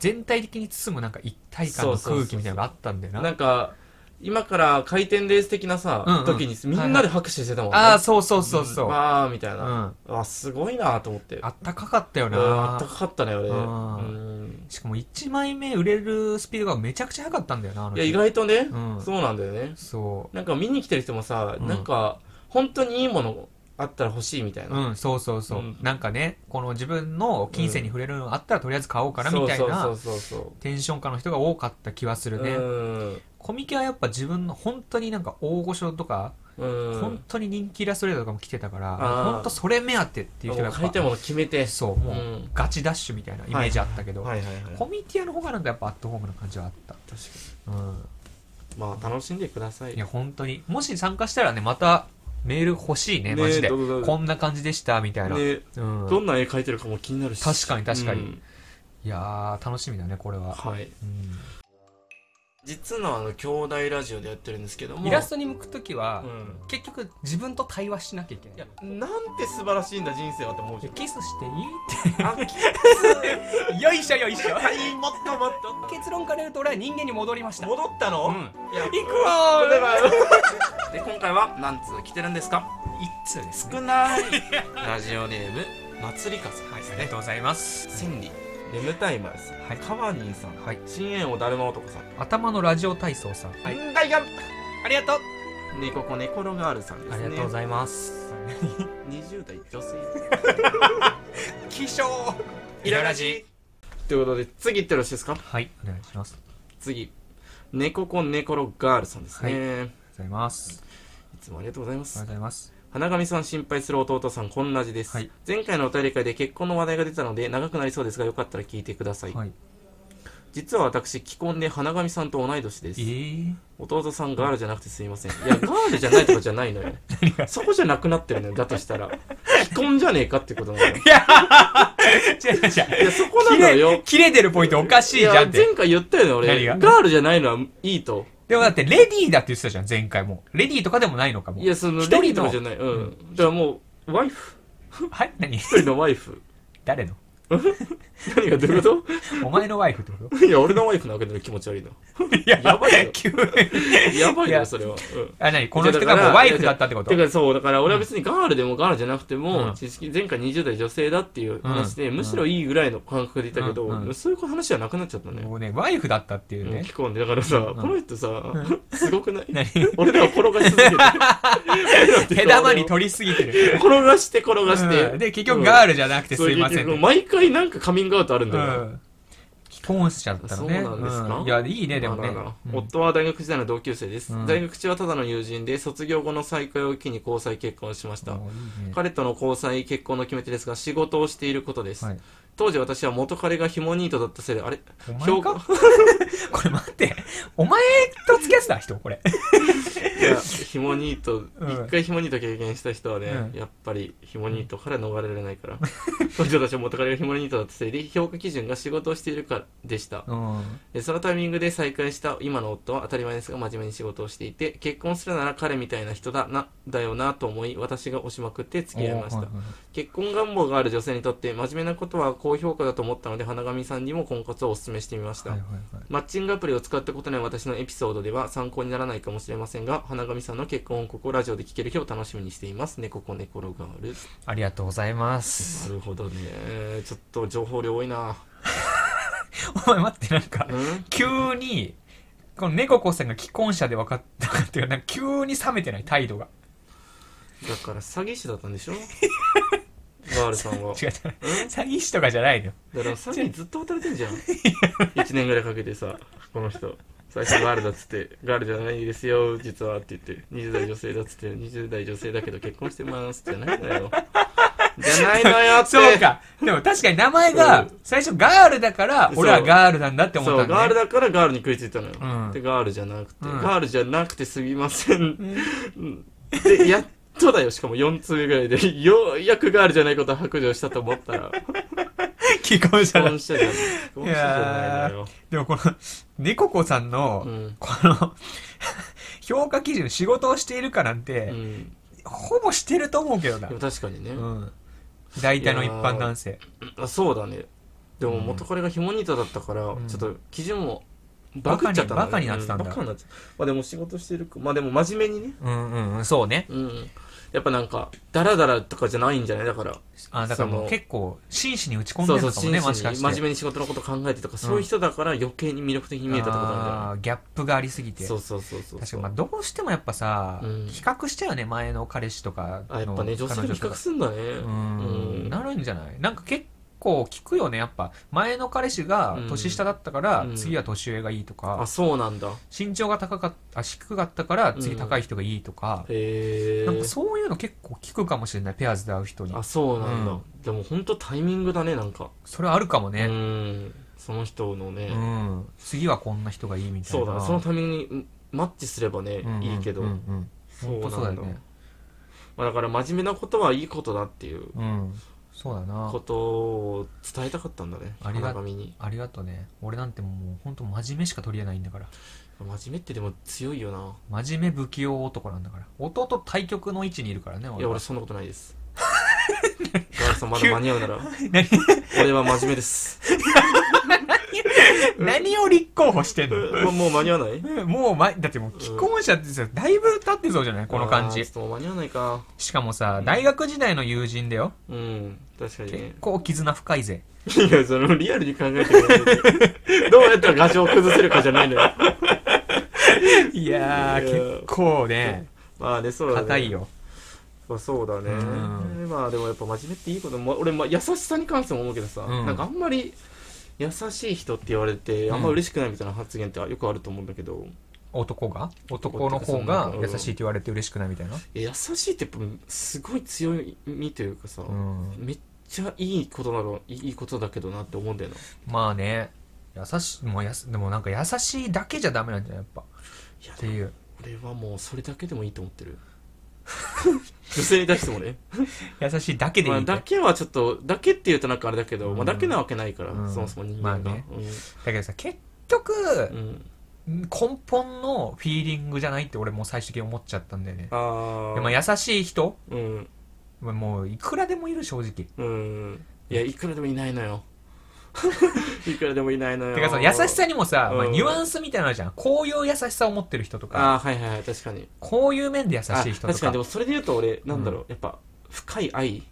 Speaker 1: 全体的に包むなんか一体感の空気みたいなのがあったんだよな
Speaker 2: なんか、今から回転レース的な
Speaker 1: うんう
Speaker 2: さ
Speaker 1: ん、
Speaker 2: 時にみんなで拍手してたもんね。
Speaker 1: ああそうそうそうそう、
Speaker 2: わーみたい
Speaker 1: うん
Speaker 2: な。あ、すごいなと思って。
Speaker 1: あったかかったよ
Speaker 2: うんあ
Speaker 1: な
Speaker 2: ったかかったね、俺。
Speaker 1: う
Speaker 2: うんん。
Speaker 1: しかも1枚目売れるスピードがめちゃくちゃ速かったんだよなあの
Speaker 2: い
Speaker 1: 日
Speaker 2: や、意外とね
Speaker 1: うん、
Speaker 2: そうなんだよね。
Speaker 1: そ
Speaker 2: なんか見に来てる人もさ、
Speaker 1: うん
Speaker 2: なんか、本当にいいものあったら欲しいみたいうな。
Speaker 1: うんそうそうそう、
Speaker 2: うん
Speaker 1: なんかねこの自分の金銭に触れるのあったらとりあえず買おうかな
Speaker 2: そ
Speaker 1: み
Speaker 2: う
Speaker 1: たいな
Speaker 2: そうそうそう
Speaker 1: テンション感の人が多かった気はす
Speaker 2: そう。
Speaker 1: るね、
Speaker 2: うん
Speaker 1: コミケはやっぱ自分の本当になんか大御所とか、
Speaker 2: うん。
Speaker 1: 本当に人気イラストレーターとかも来てたから
Speaker 2: あー
Speaker 1: 本当それ目当てっていう人がや
Speaker 2: もう
Speaker 1: っ
Speaker 2: 買いたい
Speaker 1: ぱ
Speaker 2: もの決めて。
Speaker 1: そうもううんガチダッシュみたいなイメージあったけど、
Speaker 2: はいはいはい。確
Speaker 1: コ
Speaker 2: か
Speaker 1: ミュニティアの方がなんかやっぱアットホームな感じはあった、
Speaker 2: に。
Speaker 1: うん、
Speaker 2: まあ、楽しんでください。
Speaker 1: いや本当にもし参加したらねまたメール欲しいねマジで、
Speaker 2: どうぞどうぞ
Speaker 1: こんな感じでしたみたいな、
Speaker 2: ね
Speaker 1: うん、
Speaker 2: どんな絵描いてるかも気になるし。
Speaker 1: 確かに確かに
Speaker 2: うん
Speaker 1: いやー楽しみだねこれは、
Speaker 2: はい。
Speaker 1: う
Speaker 2: 実のあの、兄弟ラジオでやってるんですけど
Speaker 1: ん
Speaker 2: も。
Speaker 1: イラストに向く時は、
Speaker 2: うん
Speaker 1: 結局自分と対話しなきゃいけない
Speaker 2: いや、なんて素晴らしいんだ、人生はって思う じゃん。
Speaker 1: キスしていい
Speaker 2: あ
Speaker 1: ってよいしょよいしょ
Speaker 2: はい、もっともっ と。
Speaker 1: 結論から言うと俺は人間に戻りました
Speaker 2: 戻ったの、いや、
Speaker 1: 行くわー
Speaker 2: で、今回は何通来てるんですか
Speaker 1: 一通ですね
Speaker 2: 少ない。ラジオネーム、まつりかさん
Speaker 1: は
Speaker 2: で
Speaker 1: い
Speaker 2: す
Speaker 1: ありが
Speaker 2: ね。
Speaker 1: とうございます
Speaker 2: 千里、眠たいまです。はいカワニーさん。
Speaker 1: はい
Speaker 2: 深淵王だるま男さん。
Speaker 1: 頭のラジオ体操さん、は
Speaker 2: うんだいがん。
Speaker 1: ありがとう
Speaker 2: 猫子猫ロガールさんです
Speaker 1: あ
Speaker 2: ね。
Speaker 1: りがとうございます
Speaker 2: 20代女性。
Speaker 1: 気象イララジ
Speaker 2: ということで、次行ってよろしいですか
Speaker 1: はいお願いしますあり
Speaker 2: 次。猫子猫ロガールさんですね。い、
Speaker 1: がとうございます
Speaker 2: つもありがとうございま
Speaker 1: あり
Speaker 2: す
Speaker 1: がとう。ございます
Speaker 2: 花神さん心配する弟さんこんなじです、
Speaker 1: はい
Speaker 2: 前回のお便り会で結婚の話題が出たので長くなりそうですがよかったら聞いてください、
Speaker 1: はい
Speaker 2: 実は私既婚で花神さんと同い年で
Speaker 1: え
Speaker 2: す
Speaker 1: ー
Speaker 2: 弟さんガールじゃなくてすいませんいやガールじゃないとかじゃないのよそこじゃなくなってるのよだとしたら既婚じゃねえかってことなのよ
Speaker 1: 違う違う
Speaker 2: いやそこなのよ
Speaker 1: 切れてるポイントおかしいじゃんっ
Speaker 2: い
Speaker 1: て
Speaker 2: や前回言ったよね俺
Speaker 1: 何が
Speaker 2: ガールじゃないのはいいと
Speaker 1: でもだってレディーだって言ってたじゃん前回もレディーとかでもないのかも
Speaker 2: いやその
Speaker 1: 一人の
Speaker 2: レディとかじゃないうん、だからもうワイフ
Speaker 1: はい何
Speaker 2: 一人のワイフ
Speaker 1: 誰の
Speaker 2: 何がどういうこ
Speaker 1: お前のワイフってこと
Speaker 2: といや、俺のワイフなわけで気持ち悪いな。
Speaker 1: や
Speaker 2: やばいよ
Speaker 1: 急に。
Speaker 2: やばい
Speaker 1: い
Speaker 2: よ、
Speaker 1: や
Speaker 2: それは。うん
Speaker 1: あ、何この人がもうワイフだったってこと
Speaker 2: てかそうだから俺は別にガールでもガールじゃなくても、
Speaker 1: うん
Speaker 2: 知識前回20代女性だっていう話で、
Speaker 1: うん
Speaker 2: むしろいいぐらいの感覚でいたけど、
Speaker 1: うんうん
Speaker 2: そういう話はなくなっちゃったね、
Speaker 1: もうね、ワイフだったっていう
Speaker 2: うん
Speaker 1: ね
Speaker 2: 聞。こえんでだからさ、この人さ、すごくない
Speaker 1: 何
Speaker 2: 俺らを転がし続けてる
Speaker 1: 手玉に取りすぎてる。
Speaker 2: 転がして転がして、
Speaker 1: うんで、結局ガー
Speaker 2: ル
Speaker 1: ルじゃなくてすいませんって。うん。
Speaker 2: 毎回なんかカミングアウトあるんだよな、
Speaker 1: 既婚しちゃったのね。
Speaker 2: そうなんですか
Speaker 1: いや、いいね、でも
Speaker 2: あ
Speaker 1: ね
Speaker 2: らら。
Speaker 1: うん
Speaker 2: 夫は大学時代の同級生です、
Speaker 1: うん
Speaker 2: 大学中はただの友人で卒業後の再会を機に交際結婚しました、
Speaker 1: おーいいね
Speaker 2: 彼との交際結婚の決め手ですが仕事をしていることです、
Speaker 1: はい
Speaker 2: 当時私は元彼がヒモニートだったせいで あれ
Speaker 1: お前
Speaker 2: 評価
Speaker 1: かこれ待って、お前と付き合ってた人これ。
Speaker 2: いやヒモニート
Speaker 1: うん
Speaker 2: 一回ヒモニート経験した人はね、
Speaker 1: うん
Speaker 2: やっぱりヒモニートから逃れられないから当時私は元彼がヒモニートだったせいで評価基準が仕事をしているからでした
Speaker 1: うん。
Speaker 2: えそのタイミングで再会した今の夫は当たり前ですが真面目に仕事をしていて結婚するなら彼みたいな人だなだよなと思い私が押しまくって付き合いました
Speaker 1: おーはいはい
Speaker 2: 結婚願望がある女性にとって真面目なことは高評価だと思ったので花神さんにも婚活をお勧めしてみました、
Speaker 1: はいはいはい
Speaker 2: マッチングアプリを使ったことない私のエピソードでは参考にならないかもしれませんが花神さんの結婚報告をラジオで聞ける日を楽しみにしています猫子猫ロガール
Speaker 1: ありがとうございます。
Speaker 2: なるほどねちょっと情報量多いな
Speaker 1: お前待って、なんか
Speaker 2: う、ん
Speaker 1: 急に、この猫子さんが既婚者で分かったかっていう、なんか急に冷めてない態度が。
Speaker 2: だから詐欺師だったんで しょガールさん
Speaker 1: 違う違う。
Speaker 2: は
Speaker 1: 詐欺師とかじゃないのよ。
Speaker 2: だから詐欺ずっと働いてんじゃん1年ぐらいかけてさこの人最初ガールだっつってガールじゃないですよ実はって言って20代女性だっつって20代女性だけど結婚してますじゃないのよじゃないのよって
Speaker 1: そうか。でも確かに名前
Speaker 2: う
Speaker 1: が
Speaker 2: ん、
Speaker 1: 最初ガールだから、俺はガールなんだって思
Speaker 2: そ
Speaker 1: った
Speaker 2: うガー
Speaker 1: ん
Speaker 2: ル
Speaker 1: だね。
Speaker 2: だからガールに食いついたのよ、
Speaker 1: うん
Speaker 2: でガールじゃなくて、
Speaker 1: うん
Speaker 2: ガールじゃなくてすみません、でやっとだよしかも4通目ぐらいでようやくガールじゃないことを白状したと思った ら
Speaker 1: 既婚者だ
Speaker 2: 本。社じゃない本社じゃないのよ
Speaker 1: でもこの、猫子さん
Speaker 2: う
Speaker 1: の、
Speaker 2: ん
Speaker 1: この、 評価基準、仕事をしているかなん
Speaker 2: う
Speaker 1: て、
Speaker 2: ん、
Speaker 1: ほぼしてると思うけどな
Speaker 2: でも。確かにね、
Speaker 1: うん。大体の一般男性。
Speaker 2: あそうだねでも元彼がヒモニートだったから、
Speaker 1: ん
Speaker 2: ちょっと基準もバグっちゃったんだね
Speaker 1: バカにバカになってたんだ
Speaker 2: うバカになっちゃったまあでも仕事してるかまあでも真面目にね
Speaker 1: うんうんうん、そうね。
Speaker 2: うんやっぱなんかダラダラとかじゃないんじゃないだから
Speaker 1: あ、だから
Speaker 2: そ
Speaker 1: も
Speaker 2: の
Speaker 1: う結構、真摯に打ち込んで
Speaker 2: そう
Speaker 1: る
Speaker 2: そ
Speaker 1: のかも
Speaker 2: う真
Speaker 1: ね、
Speaker 2: 摯
Speaker 1: もしか
Speaker 2: に
Speaker 1: して。
Speaker 2: 真面目に仕事のこと考えてとかそういう人だから余計に魅力的に見えたってことなんじゃ
Speaker 1: あーギャップがありすぎ
Speaker 2: な
Speaker 1: て
Speaker 2: い。そうそうそうそう
Speaker 1: 確かに、まあ、どうしてもやっぱさ、
Speaker 2: うん
Speaker 1: 比較しちゃうよね、前の彼氏とかの
Speaker 2: あやっぱね女性と比較すんだね
Speaker 1: う
Speaker 2: うん
Speaker 1: ん、なるんじゃないなんか結構聞くよね、やっぱ。前の彼氏が年下だったから、
Speaker 2: うん
Speaker 1: 次は年上がいいとか、
Speaker 2: あそうなんだ
Speaker 1: 身長が高かった、あ、低かったから、次高い人がいいとか、
Speaker 2: へえ
Speaker 1: なんかそういうの結構聞くかもしれない、ペアーズで会う人に
Speaker 2: あ。そうなんだ、
Speaker 1: うん
Speaker 2: でも本当タイミングだねなんか
Speaker 1: それはあるかも
Speaker 2: う
Speaker 1: ね。
Speaker 2: んその人のね、
Speaker 1: うん。次はこんな人がいいみたい
Speaker 2: そ
Speaker 1: な。
Speaker 2: うだねそのタイミングにマッチすればね、
Speaker 1: うんうん
Speaker 2: いいけど、
Speaker 1: うんうん
Speaker 2: そう
Speaker 1: ほんとそう
Speaker 2: な
Speaker 1: だ
Speaker 2: ん
Speaker 1: よ
Speaker 2: だ、
Speaker 1: ね
Speaker 2: まあ、だから真面目なことはいいことだっていう
Speaker 1: うん。そうだな
Speaker 2: こ。とを伝えたかったんだね
Speaker 1: ありが
Speaker 2: 花紙に
Speaker 1: ありがとうね。俺なんてもう、ほんと真面目しか取り柄ないんだから。
Speaker 2: 真面目ってでも強いよな
Speaker 1: 真面目不器用男なんだから弟対局の位置にいるからね
Speaker 2: い
Speaker 1: 俺
Speaker 2: や俺
Speaker 1: は
Speaker 2: そんなことないですガールさんまだ間に合うなら
Speaker 1: 何
Speaker 2: 俺は真面目です
Speaker 1: 何を立候補してん
Speaker 2: もうもう間に合わない
Speaker 1: のもう前だってもう既婚者ってさだいぶ経ってそうじゃないこの感
Speaker 2: あー
Speaker 1: じ
Speaker 2: ちょっともう間に合わないか
Speaker 1: しかもさ大学時代の友人だよ
Speaker 2: うん確かにね
Speaker 1: 結構絆深いぜ
Speaker 2: いやそのリアルに考えてくれてどうやったら画像を崩せるかじゃないのよ
Speaker 1: いや
Speaker 2: いや
Speaker 1: ー
Speaker 2: ー
Speaker 1: 結構ね
Speaker 2: まあねそうだね
Speaker 1: 硬いよ
Speaker 2: まあそうだね、
Speaker 1: う
Speaker 2: まあでもやっぱ真面目っていいことも俺、まあ、優しさに関しても思うけどさ、
Speaker 1: うん
Speaker 2: なんかあんまり優しい人って言われて
Speaker 1: うん
Speaker 2: あんま嬉しくないみたいな発言ってよくあると思うんだけど、
Speaker 1: 男が男の方が優しいって言われて嬉しくないみたいな
Speaker 2: え優しいってやっぱすごい強みというかさ、
Speaker 1: うん
Speaker 2: めっちゃいいことだろいいいことだけどなって思うんだよな
Speaker 1: まあね優しいもうやすでもなんか優しいだけじゃダメなんじゃないやっぱ
Speaker 2: いや
Speaker 1: っていう
Speaker 2: 俺はもうそれだけでもいいと思ってる女性に対しても ね
Speaker 1: 優しいだけでい
Speaker 2: ま
Speaker 1: い
Speaker 2: あ、
Speaker 1: って
Speaker 2: だけはちょっとだけっていうとなんかあれだけど、
Speaker 1: うん
Speaker 2: まあ、だけなわけないから、
Speaker 1: うん
Speaker 2: そもそも人間が、
Speaker 1: まあねだけどさ結局
Speaker 2: うんうん
Speaker 1: 根本のフィーリングじゃないって俺もう最終的に思っちゃったんだよね。
Speaker 2: あ
Speaker 1: でも優しい人
Speaker 2: うん
Speaker 1: もういくらでもいる正直。
Speaker 2: うんいやいくらでもいない のよいくらでもいないのよ
Speaker 1: てかその優しさにもさ、まあ、
Speaker 2: うん
Speaker 1: ニュアンスみたいなのあるじゃんこういう優しさを持ってる人とか
Speaker 2: ああはいはいはい確かに
Speaker 1: こういう面で優しい人
Speaker 2: あ
Speaker 1: と
Speaker 2: 確かに
Speaker 1: か
Speaker 2: でもそれで言うと俺なんだろう、やっぱ深い愛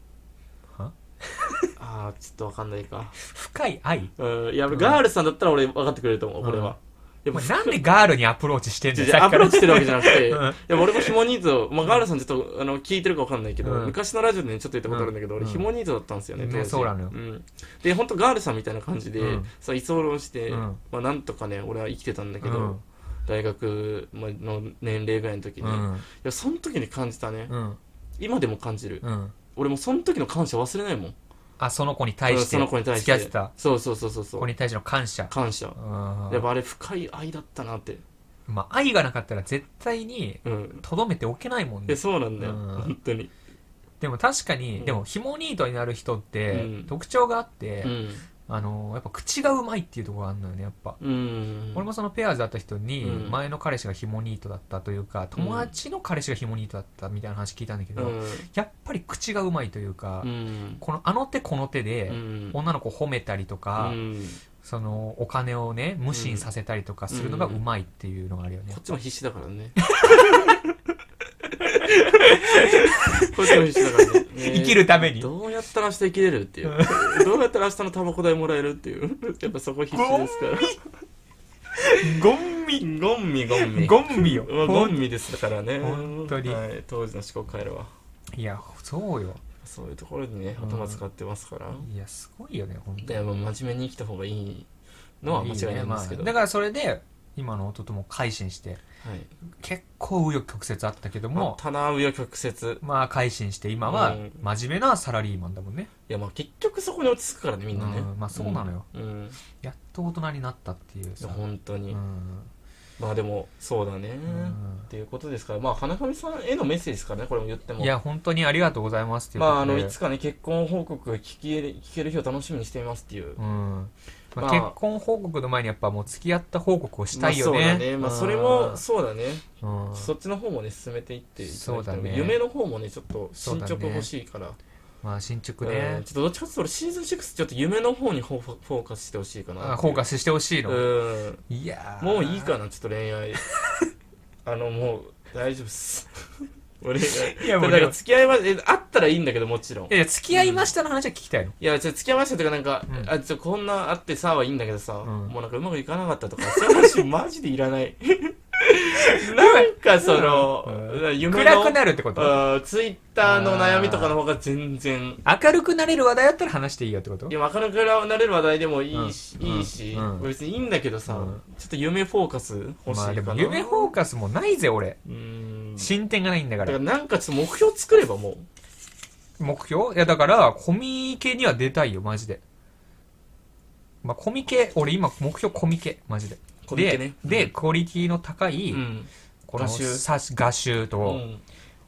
Speaker 1: は
Speaker 2: ああちょっとわかんないか
Speaker 1: 深い愛
Speaker 2: うんいやガールさんだったら俺分かってくれると思う、
Speaker 1: うん
Speaker 2: 俺はや
Speaker 1: お前なんでガールにアプローチしてん
Speaker 2: 違う
Speaker 1: の
Speaker 2: 違うアプローチしてる わけじゃなく て、
Speaker 1: うん
Speaker 2: いや俺もヒモニーズを、まあ、ガールさんちょっとあの聞いてるかわかんないけど、
Speaker 1: うん
Speaker 2: 昔のラジオでねちょっと言ったことあるんだけど、
Speaker 1: うん
Speaker 2: 俺ヒモニーズだったんですよね、
Speaker 1: ね
Speaker 2: 当時
Speaker 1: そうなのよ
Speaker 2: んで本当ガールさんみたいな感じで、
Speaker 1: うん
Speaker 2: さ居候して、
Speaker 1: うん
Speaker 2: まあ、なんとかね俺は生きてたんだけど、
Speaker 1: うん
Speaker 2: 大学まあの年齢ぐらいの時に、
Speaker 1: う
Speaker 2: い
Speaker 1: ん
Speaker 2: やその時に感じたね、
Speaker 1: うん
Speaker 2: 今でも感じる、
Speaker 1: うん
Speaker 2: 俺もその時の感謝忘れないもん
Speaker 1: あその子に対して
Speaker 2: その子に対して
Speaker 1: 付き合ってた
Speaker 2: そうそうそうそうそ
Speaker 1: 子
Speaker 2: う
Speaker 1: に対しての感謝
Speaker 2: 感謝
Speaker 1: うん
Speaker 2: やっぱあれ深い愛だったなって
Speaker 1: まあ愛がなかったら絶対に
Speaker 2: うん
Speaker 1: とどめておけないもん
Speaker 2: え
Speaker 1: ね
Speaker 2: そうなんだよ、
Speaker 1: うん
Speaker 2: 本当に
Speaker 1: でも確かに、
Speaker 2: うん
Speaker 1: でもヒモニートになる人っ
Speaker 2: う
Speaker 1: て
Speaker 2: ん
Speaker 1: 特徴があって、
Speaker 2: うん、
Speaker 1: あのやっぱ口がうまいっていうところがあるのよねやっぱ、
Speaker 2: うん、
Speaker 1: 俺もそのペアーズだった人に、
Speaker 2: うん
Speaker 1: 前の彼氏がヒモニートだったというか友達の彼氏がヒモニートだったみたいな話聞いたんだけど、やっぱり口がうまいというか、
Speaker 2: うん
Speaker 1: このあの手この手
Speaker 2: う
Speaker 1: で、
Speaker 2: ん
Speaker 1: 女の子を褒めたりとか、
Speaker 2: うん
Speaker 1: そのお金をね無心させたりとかするのがうまいっていうのがあるよね
Speaker 2: こっ、ちも必死だからねこっちも必死だからねね
Speaker 1: 生きるために
Speaker 2: どうやったら明日生きれるっていうどうやったら明日のタバコ代もらえるっていうやっぱそこ必死ですから
Speaker 1: ゴンミ
Speaker 2: ゴンミゴンミ
Speaker 1: ゴンミよ
Speaker 2: まあゴンミですだからね
Speaker 1: 本当に
Speaker 2: はい、当時の思考回路はい
Speaker 1: やそうよ
Speaker 2: そういうところにね頭使ってますから、
Speaker 1: いやすごいよね本当に
Speaker 2: でも真面目に生きた方がいいのは間違いないんですけ
Speaker 1: いいねまあ
Speaker 2: ど
Speaker 1: だからそれで今の弟も改心して
Speaker 2: はい
Speaker 1: 結構紆余曲折あったけど
Speaker 2: ま
Speaker 1: も
Speaker 2: あ、棚上曲折
Speaker 1: まあ改心して今は
Speaker 2: うん
Speaker 1: 真面目なサラリーマンだもんね、
Speaker 2: いやまあ結局そこに落ち着くからねみんなね、
Speaker 1: うんまあそうなのよ
Speaker 2: うん、うん、
Speaker 1: やっと大人になったっていう
Speaker 2: いや
Speaker 1: さ、
Speaker 2: 本当
Speaker 1: う
Speaker 2: に、
Speaker 1: ん
Speaker 2: まあでもそうだね、
Speaker 1: ん
Speaker 2: っていうことですからまあ花神さんへのメッセージですからねこれも言っても
Speaker 1: いや本当にありがとうございますっていう
Speaker 2: ま
Speaker 1: ことで
Speaker 2: ああのいつかね結婚報告が聞ける聞ける日を楽しみにしていますっていう、
Speaker 1: うんまあ
Speaker 2: まあ
Speaker 1: 結婚報告の前にやっぱもう付き合った報告をし
Speaker 2: ま
Speaker 1: た
Speaker 2: あ
Speaker 1: いよ
Speaker 2: そう
Speaker 1: ね,、
Speaker 2: だねまあそれもそうだね、
Speaker 1: うん、うん
Speaker 2: そっちの方もね進めていっていただきたい
Speaker 1: そうだね
Speaker 2: 夢の方もねちょっと
Speaker 1: そう
Speaker 2: 進
Speaker 1: だね
Speaker 2: 捗欲しいから
Speaker 1: まあ進捗
Speaker 2: うん
Speaker 1: ね
Speaker 2: ちょっとどっちかっていうと俺シーズン6ちょっと夢の方にフォフォフォーカスしてほしいかな
Speaker 1: あフォーカス
Speaker 2: ス
Speaker 1: してほしいの、
Speaker 2: うん
Speaker 1: いやー
Speaker 2: もういいかな、ちょっと恋 愛。あの、もう、大丈夫っす。俺が、
Speaker 1: いやもう
Speaker 2: だ
Speaker 1: で
Speaker 2: か
Speaker 1: も
Speaker 2: ら付き合いま、えあったらいいんだけど、もちろん。
Speaker 1: いや付き合いましたの話は聞きたいの、
Speaker 2: いや、ちょ付き合いましたとか、なんか、
Speaker 1: うん
Speaker 2: あ、ちょ、こんなあってさ、はいいんだけどさ、
Speaker 1: ん
Speaker 2: もうなんかうまくいかなかったとか、そういう話マジでい らない。なんか、その、夢の、
Speaker 1: 暗くなるってこと
Speaker 2: ツイッターの悩みとかの方が全然、
Speaker 1: 明るくなれる話題だったら話していいよってこと
Speaker 2: いや、明るくなれる話題でもいいし、
Speaker 1: うん
Speaker 2: いいし、
Speaker 1: うん
Speaker 2: 別にいいんだけどさ、
Speaker 1: うん
Speaker 2: ちょっと夢フォーカス欲しい
Speaker 1: まあ
Speaker 2: か
Speaker 1: で
Speaker 2: な。
Speaker 1: も夢フォーカスもないぜ俺
Speaker 2: うん
Speaker 1: 進展がないんだか
Speaker 2: だかららなんかちょっと目標作ればもう。
Speaker 1: 目標いやだからコミケには出たいよマジでまあコミケ俺今目標コミケマジで
Speaker 2: コミケね
Speaker 1: ででクオリティの高
Speaker 2: う
Speaker 1: い
Speaker 2: ん。
Speaker 1: この
Speaker 2: 画集
Speaker 1: さ画集
Speaker 2: う
Speaker 1: と
Speaker 2: ん、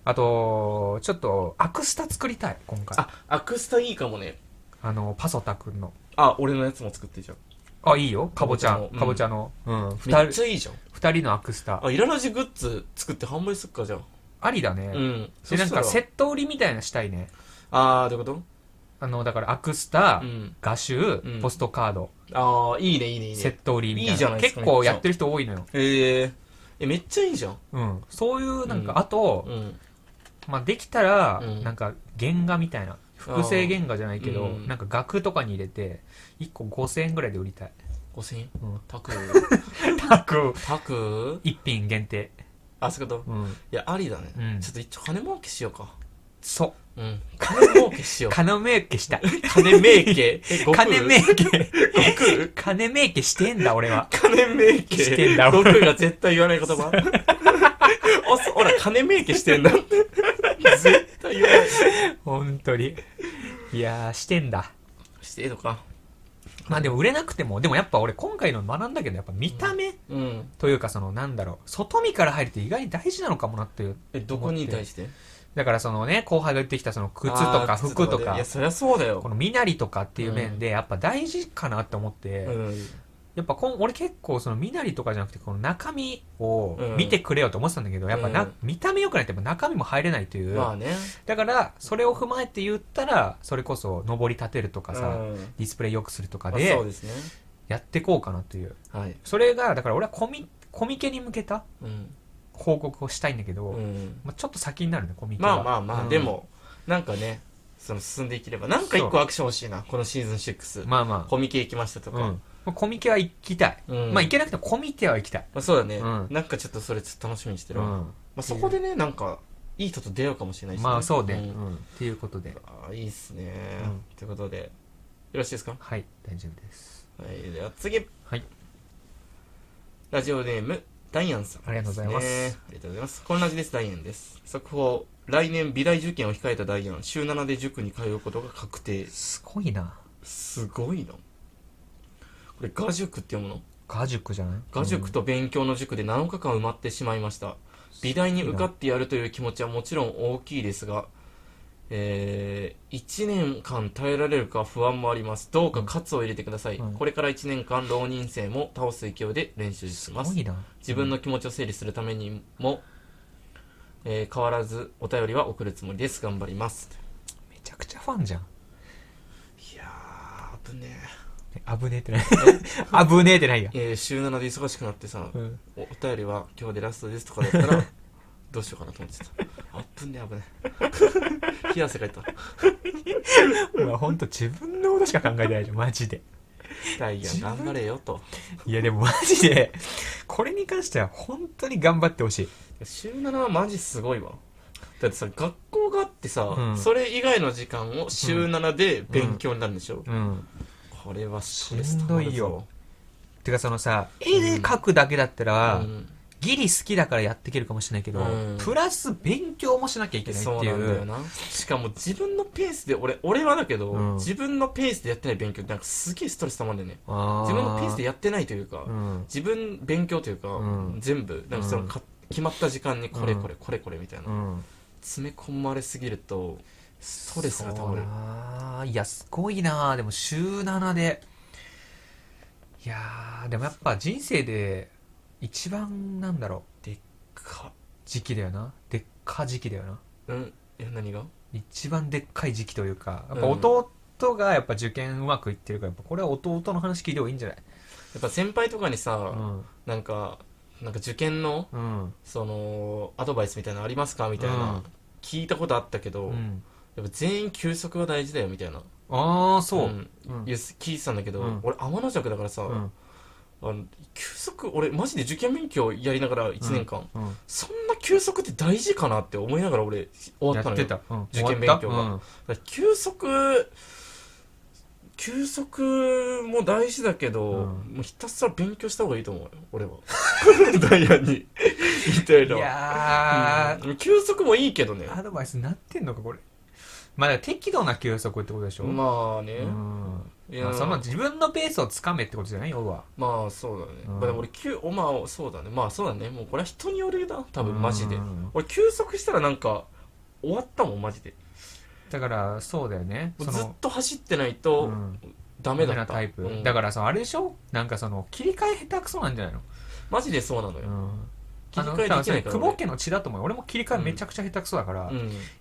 Speaker 1: あとちょっとアクスタ作りたい今回
Speaker 2: あ、アクスタいいかもね。
Speaker 1: あのパソタくんの
Speaker 2: あ、俺のやつも作ってじゃん。
Speaker 1: あいいよかぼちゃ
Speaker 2: うん
Speaker 1: かぼちゃのうん
Speaker 2: めっ
Speaker 1: 2
Speaker 2: ちゃいいじゃん。
Speaker 1: 人のアクスタ
Speaker 2: あ、イララジグッズ作って販売すっかじゃん。
Speaker 1: ありだね
Speaker 2: うん。
Speaker 1: でなんかセ
Speaker 2: ッ
Speaker 1: ット売りみたいなのしたいね
Speaker 2: あー、どういうこ
Speaker 1: あのだからアクスタ
Speaker 2: とうん。
Speaker 1: 画集
Speaker 2: うん
Speaker 1: ポストカード
Speaker 2: あー、いいね、いいね、いい
Speaker 1: セッ
Speaker 2: ね。
Speaker 1: ト売りみたいな。
Speaker 2: いいじゃないですか
Speaker 1: 結構やってる人多いのよ。
Speaker 2: えー。え、めっちゃいいじゃん。
Speaker 1: うん。そういう、なんか、
Speaker 2: うん
Speaker 1: あと
Speaker 2: う、ん。
Speaker 1: まあ、できたら、
Speaker 2: うん
Speaker 1: なんか、原画みたいな。複製原画じゃないけど、
Speaker 2: うん
Speaker 1: なんか額とかに入れて、1個5000円ぐらいで売り たい。
Speaker 2: 5000円
Speaker 1: うん。
Speaker 2: タ ク
Speaker 1: たく、
Speaker 2: タク
Speaker 1: 1品限定。
Speaker 2: あ、そういうこと
Speaker 1: うん。
Speaker 2: いや、ありだね。
Speaker 1: うん
Speaker 2: ちょっと一応金儲けしようか。
Speaker 1: そ
Speaker 2: うん。金儲けしよ
Speaker 1: う。
Speaker 2: う。
Speaker 1: 金目受け した。
Speaker 2: 金名家。え悟空
Speaker 1: 金目受け。
Speaker 2: 悟空
Speaker 1: 金目受けしてんだ、俺は。
Speaker 2: 金名家
Speaker 1: してんだ
Speaker 2: 悟空が絶対言わない言葉 おそほら金名家してんだって絶対言わない
Speaker 1: 本当に。いやー、してんだ。
Speaker 2: していいのか
Speaker 1: まあでも売れなくても、でもやっぱ俺今回の学んだけど、やっぱ見た目
Speaker 2: うん
Speaker 1: というかそのなんだろう、外見から入るって意外に大事なのかもなっていう
Speaker 2: えどこに対して
Speaker 1: だからそのね後輩が言ってきたその靴と
Speaker 2: あ
Speaker 1: か
Speaker 2: ー
Speaker 1: 服とか
Speaker 2: ねいやそりゃそうだよ
Speaker 1: この身なりとかっていう面でやっぱ大事かなって思って、
Speaker 2: うん
Speaker 1: やっぱこん俺結構その身なりとかじゃなくてこの中身を見てくれよと思ってたんだけど、やっぱな、
Speaker 2: うん
Speaker 1: 見た目良くないとやっぱ中身も入れないという、
Speaker 2: まあね。
Speaker 1: だからそれを踏まえて言ったらそれこそ上り立てるとかさ、
Speaker 2: うん
Speaker 1: ディスプレイ良くするとか
Speaker 2: まあそう
Speaker 1: で
Speaker 2: ですね。
Speaker 1: やってこうかなという
Speaker 2: はい。
Speaker 1: それがだから俺はコミコミケに向けた
Speaker 2: うん。
Speaker 1: 報告をしたいんだけど、
Speaker 2: うん
Speaker 1: まあ、ちょっと先になるねコミケ
Speaker 2: ま
Speaker 1: は
Speaker 2: あまあま
Speaker 1: う
Speaker 2: あ、
Speaker 1: ん
Speaker 2: でも、なんかね、その進んでいければ、なんか一個アクション欲しいな、このシーズン6。
Speaker 1: まあまあ
Speaker 2: コミケ行きましたと
Speaker 1: うん
Speaker 2: か。
Speaker 1: まあコミケは行きたい、
Speaker 2: うん
Speaker 1: まあ行けなくてもコミケは行きたい、
Speaker 2: まあそうだね
Speaker 1: うん。
Speaker 2: なんかちょっとそれちょっと楽しみにして
Speaker 1: う
Speaker 2: るわ。ま
Speaker 1: ん、
Speaker 2: あそこでね、なんか、いい人と出会うかもしれないしね。
Speaker 1: まあそうね、
Speaker 2: ん
Speaker 1: うんっていうことで
Speaker 2: あーいいっすね
Speaker 1: うん。
Speaker 2: ということで、よろしいですか
Speaker 1: はい大丈夫です
Speaker 2: はい、では次。
Speaker 1: はい。
Speaker 2: ラジオネーム、ダイアンさん、
Speaker 1: ありがとうございます
Speaker 2: ねありがとうございます。こんなじです、ダイアンです。速報、来年美大受験を控えたダイアン、週7で塾に通うことが確定。
Speaker 1: すごいな
Speaker 2: すごいな。これ、画塾って読むの
Speaker 1: ガジュクじゃない
Speaker 2: 画塾と勉強の塾で7日間埋まってしまいました。美大に受かってやるという気持ちはもちろん大きいですが、えー、1年間耐えられるか不安もあります。どうか喝を入れてください。
Speaker 1: うん
Speaker 2: これから1年間、浪人生も倒す勢いで練習し
Speaker 1: す
Speaker 2: ま
Speaker 1: ご
Speaker 2: す。
Speaker 1: いな
Speaker 2: 自分の気持ちを整理するためにも、えー変わらずお便りは送るつもりです。頑張ります。
Speaker 1: めちゃくちゃファンじゃん
Speaker 2: いやー、危ね
Speaker 1: え危ねえってない 危ねえってないや
Speaker 2: え。えー週7で忙しくなってさ、
Speaker 1: うん
Speaker 2: おお便りは今日でラストですとかだった らどうしようかなと思ってたあっぶね危ね 冷や汗かいた
Speaker 1: お前ほんと自分のことしか考えてないじゃんマジで
Speaker 2: ダイヤ
Speaker 1: 自分
Speaker 2: 頑張れよと
Speaker 1: いやでもマジでこれに関しては本当に頑張ってほしい
Speaker 2: 週7はマジすごいわだってさ学校があってさ、
Speaker 1: うん
Speaker 2: それ以外の時間を週7で勉強になるんでしょ、
Speaker 1: うん
Speaker 2: これはストレス
Speaker 1: しん
Speaker 2: 溜ま
Speaker 1: ど
Speaker 2: るぞ
Speaker 1: いよてかそのさ絵で描くだけだったら、
Speaker 2: うん
Speaker 1: ギリ好きだからやっていけるかもしれないけど、
Speaker 2: うん
Speaker 1: プラス勉強もしなきゃいけないって
Speaker 2: そう
Speaker 1: い
Speaker 2: なんだ
Speaker 1: う
Speaker 2: よなしかも自分のペースで俺俺はだけど、
Speaker 1: うん
Speaker 2: 自分のペースでやってない勉強ってなんかすげえストレス溜まるんだよね
Speaker 1: あ
Speaker 2: 自分のペースでやってないというか、
Speaker 1: うん
Speaker 2: 自分勉強というか、
Speaker 1: うん
Speaker 2: 全部なんかそのか、決まった時間にこれ
Speaker 1: うん
Speaker 2: これこれこれみたいな、
Speaker 1: うん
Speaker 2: 詰め込まれすぎるとストレスがたまる
Speaker 1: そうなーいやすごいなーでも週7でいやーでもやっぱ人生で一番なんだろう
Speaker 2: か
Speaker 1: 時期だよなでっか時期だよな
Speaker 2: うんえ何が
Speaker 1: 一番でっかい時期というかやっぱ
Speaker 2: うん
Speaker 1: 弟がやっぱ受験うまくいってるからやっぱこれは弟の話聞いてもいいんじゃない
Speaker 2: やっぱ先輩とかにさ、
Speaker 1: うん
Speaker 2: なんかなんか受験の
Speaker 1: うん
Speaker 2: そのアドバイスみたいなのありますかみたいな、
Speaker 1: うん
Speaker 2: 聞いたことあったけど、
Speaker 1: うん
Speaker 2: やっぱ全員休息は大事だよみたいな
Speaker 1: ああそう、
Speaker 2: ん
Speaker 1: うん
Speaker 2: いや聞いてたんだけど、
Speaker 1: うん
Speaker 2: 俺天の弱だからさ、
Speaker 1: うん
Speaker 2: あの休息俺マジで受験勉強やりながら1年間、
Speaker 1: うん
Speaker 2: そんな休息って大事かなって思いながら俺終わ
Speaker 1: や
Speaker 2: った
Speaker 1: っ
Speaker 2: の
Speaker 1: て
Speaker 2: よ
Speaker 1: た、うん
Speaker 2: 受験勉強が
Speaker 1: 終わっ
Speaker 2: だから休息休息も大事だけど、
Speaker 1: うん
Speaker 2: もうひたすら勉強した方がいいと思うよ 俺はダイヤにみたい
Speaker 1: た、うんい
Speaker 2: な
Speaker 1: やー、
Speaker 2: うん休息もいいけどね
Speaker 1: アドバイスなってんのかこれまあだから適度な休息ってことでしょ、
Speaker 2: まあね、
Speaker 1: うん
Speaker 2: いや
Speaker 1: まあ、その自分のペースをつかめってことじゃない要は
Speaker 2: まあそうだね、
Speaker 1: うん
Speaker 2: まあでも俺休おまあそうだねまあそうだねもうこれは人によるな多分マジで、
Speaker 1: うん
Speaker 2: 俺休息したらなんか終わったもんマジで
Speaker 1: だからそうだよね
Speaker 2: も
Speaker 1: そう
Speaker 2: ずっ
Speaker 1: の
Speaker 2: と走ってない
Speaker 1: うん
Speaker 2: とダメだった、
Speaker 1: なタイプ、
Speaker 2: うん
Speaker 1: だからさあれでしょなんかその切り替え下手くそなんじゃないの、
Speaker 2: マジでそうなの
Speaker 1: う
Speaker 2: よ、
Speaker 1: ん、
Speaker 2: 切り替え
Speaker 1: あの多分それ
Speaker 2: できないから
Speaker 1: 久保家の血だと思う俺も切り替えめちゃくちゃ下手くそだから
Speaker 2: うん、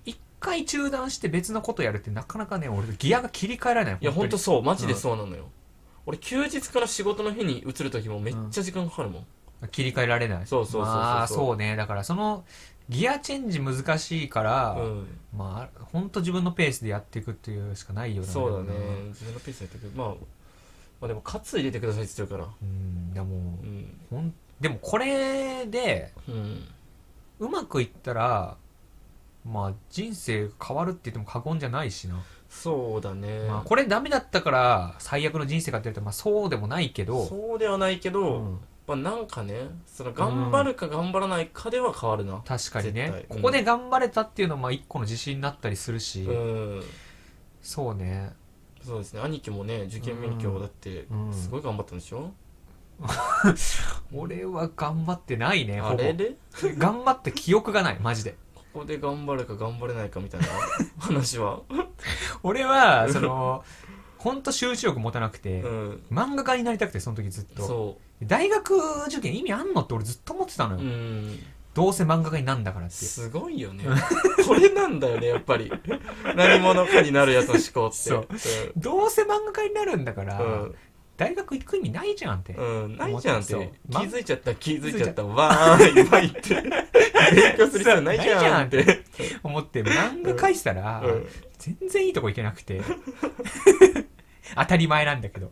Speaker 2: い
Speaker 1: 一、回中断して別のことやるってなかなかね俺ギアが切り替えられない
Speaker 2: やほんと
Speaker 1: に
Speaker 2: そうマジでそうなのよ、俺休日から仕事の日に移る時もめっちゃ時間かかるもん、
Speaker 1: 切り替えられない
Speaker 2: そうそうそうそうそう
Speaker 1: まあそうねだからそのギアチェンジ難しいから、
Speaker 2: うん
Speaker 1: まあ本当自分のペースでやっていくっていうしかないよな
Speaker 2: そうだね自分のペースでやったけどまあまあでもカツ入れてくださいって言ってるから
Speaker 1: うんいやも
Speaker 2: う、
Speaker 1: うんほんでもこれで
Speaker 2: うん、
Speaker 1: うまくいったらまあ人生変わるって言っても過言じゃないしな、
Speaker 2: そうだね、
Speaker 1: まあ、これダメだったから最悪の人生かって言うとまあそうでもないけど
Speaker 2: そうではないけど、
Speaker 1: うん
Speaker 2: まあなんかねその頑張るか頑張らないかでは変わるな
Speaker 1: 確かに
Speaker 2: 絶
Speaker 1: ね
Speaker 2: 対、うん
Speaker 1: ここで頑張れたっていうのはまあ一個の自信になったりするし、
Speaker 2: うん
Speaker 1: そうね
Speaker 2: そうですね兄貴もね受験勉強だって
Speaker 1: うん
Speaker 2: すごい頑張ったんでしょ、
Speaker 1: 俺は頑張ってないね
Speaker 2: あ
Speaker 1: ほぼ
Speaker 2: れで
Speaker 1: 頑張った記憶がないマジで
Speaker 2: ここで 頑張るか頑張れないかみたいな話は
Speaker 1: 俺はそのほんと集中力持たなくて、
Speaker 2: うん
Speaker 1: 漫画家になりたくてその時ずっと
Speaker 2: そ
Speaker 1: 大学受験意味あんのって俺ずっと思ってたの
Speaker 2: う
Speaker 1: よ、
Speaker 2: うん
Speaker 1: どうせ漫画家になんだからって
Speaker 2: すごいよ ねこれなんだよねやっぱり何者かになるやつの思考って
Speaker 1: そうどうせ漫画家になるんだから、
Speaker 2: うん
Speaker 1: 大学行く意味ないじゃんって、
Speaker 2: うん、うん、ないじゃんって
Speaker 1: そう
Speaker 2: 気づいちゃった気づいちゃったわーい今言って勉強する必要ないじゃんっ
Speaker 1: な
Speaker 2: て
Speaker 1: 思って漫画描いてたら、
Speaker 2: うん
Speaker 1: 全然いいとこ行けなくて 当たり前なんだけど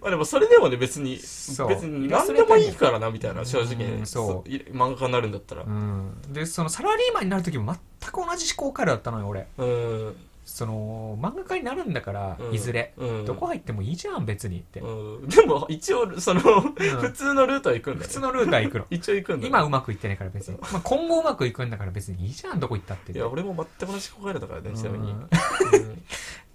Speaker 2: まあでもそれでもね別に別
Speaker 1: そう
Speaker 2: に何でもいいからなみたいな正直
Speaker 1: う
Speaker 2: ね
Speaker 1: んそう
Speaker 2: い漫画家になるんだったら
Speaker 1: うんでそのサラリーマンになる時も全く同じ思考回路だったのよ俺
Speaker 2: うん
Speaker 1: その漫画家になるんだから、
Speaker 2: うん
Speaker 1: いずれ、
Speaker 2: うん
Speaker 1: どこ入ってもいいじゃん別にって、
Speaker 2: うんでも一応その普通のルートは行くんだね
Speaker 1: 普通のルートは行 くの
Speaker 2: 一応行くんだね
Speaker 1: 今うまくいってないから別に、まあ、今後うまくいくんだから別にいいじゃんどこ行ったって
Speaker 2: いや俺も全く同じ考えだからねちなみに
Speaker 1: うんっ
Speaker 2: うん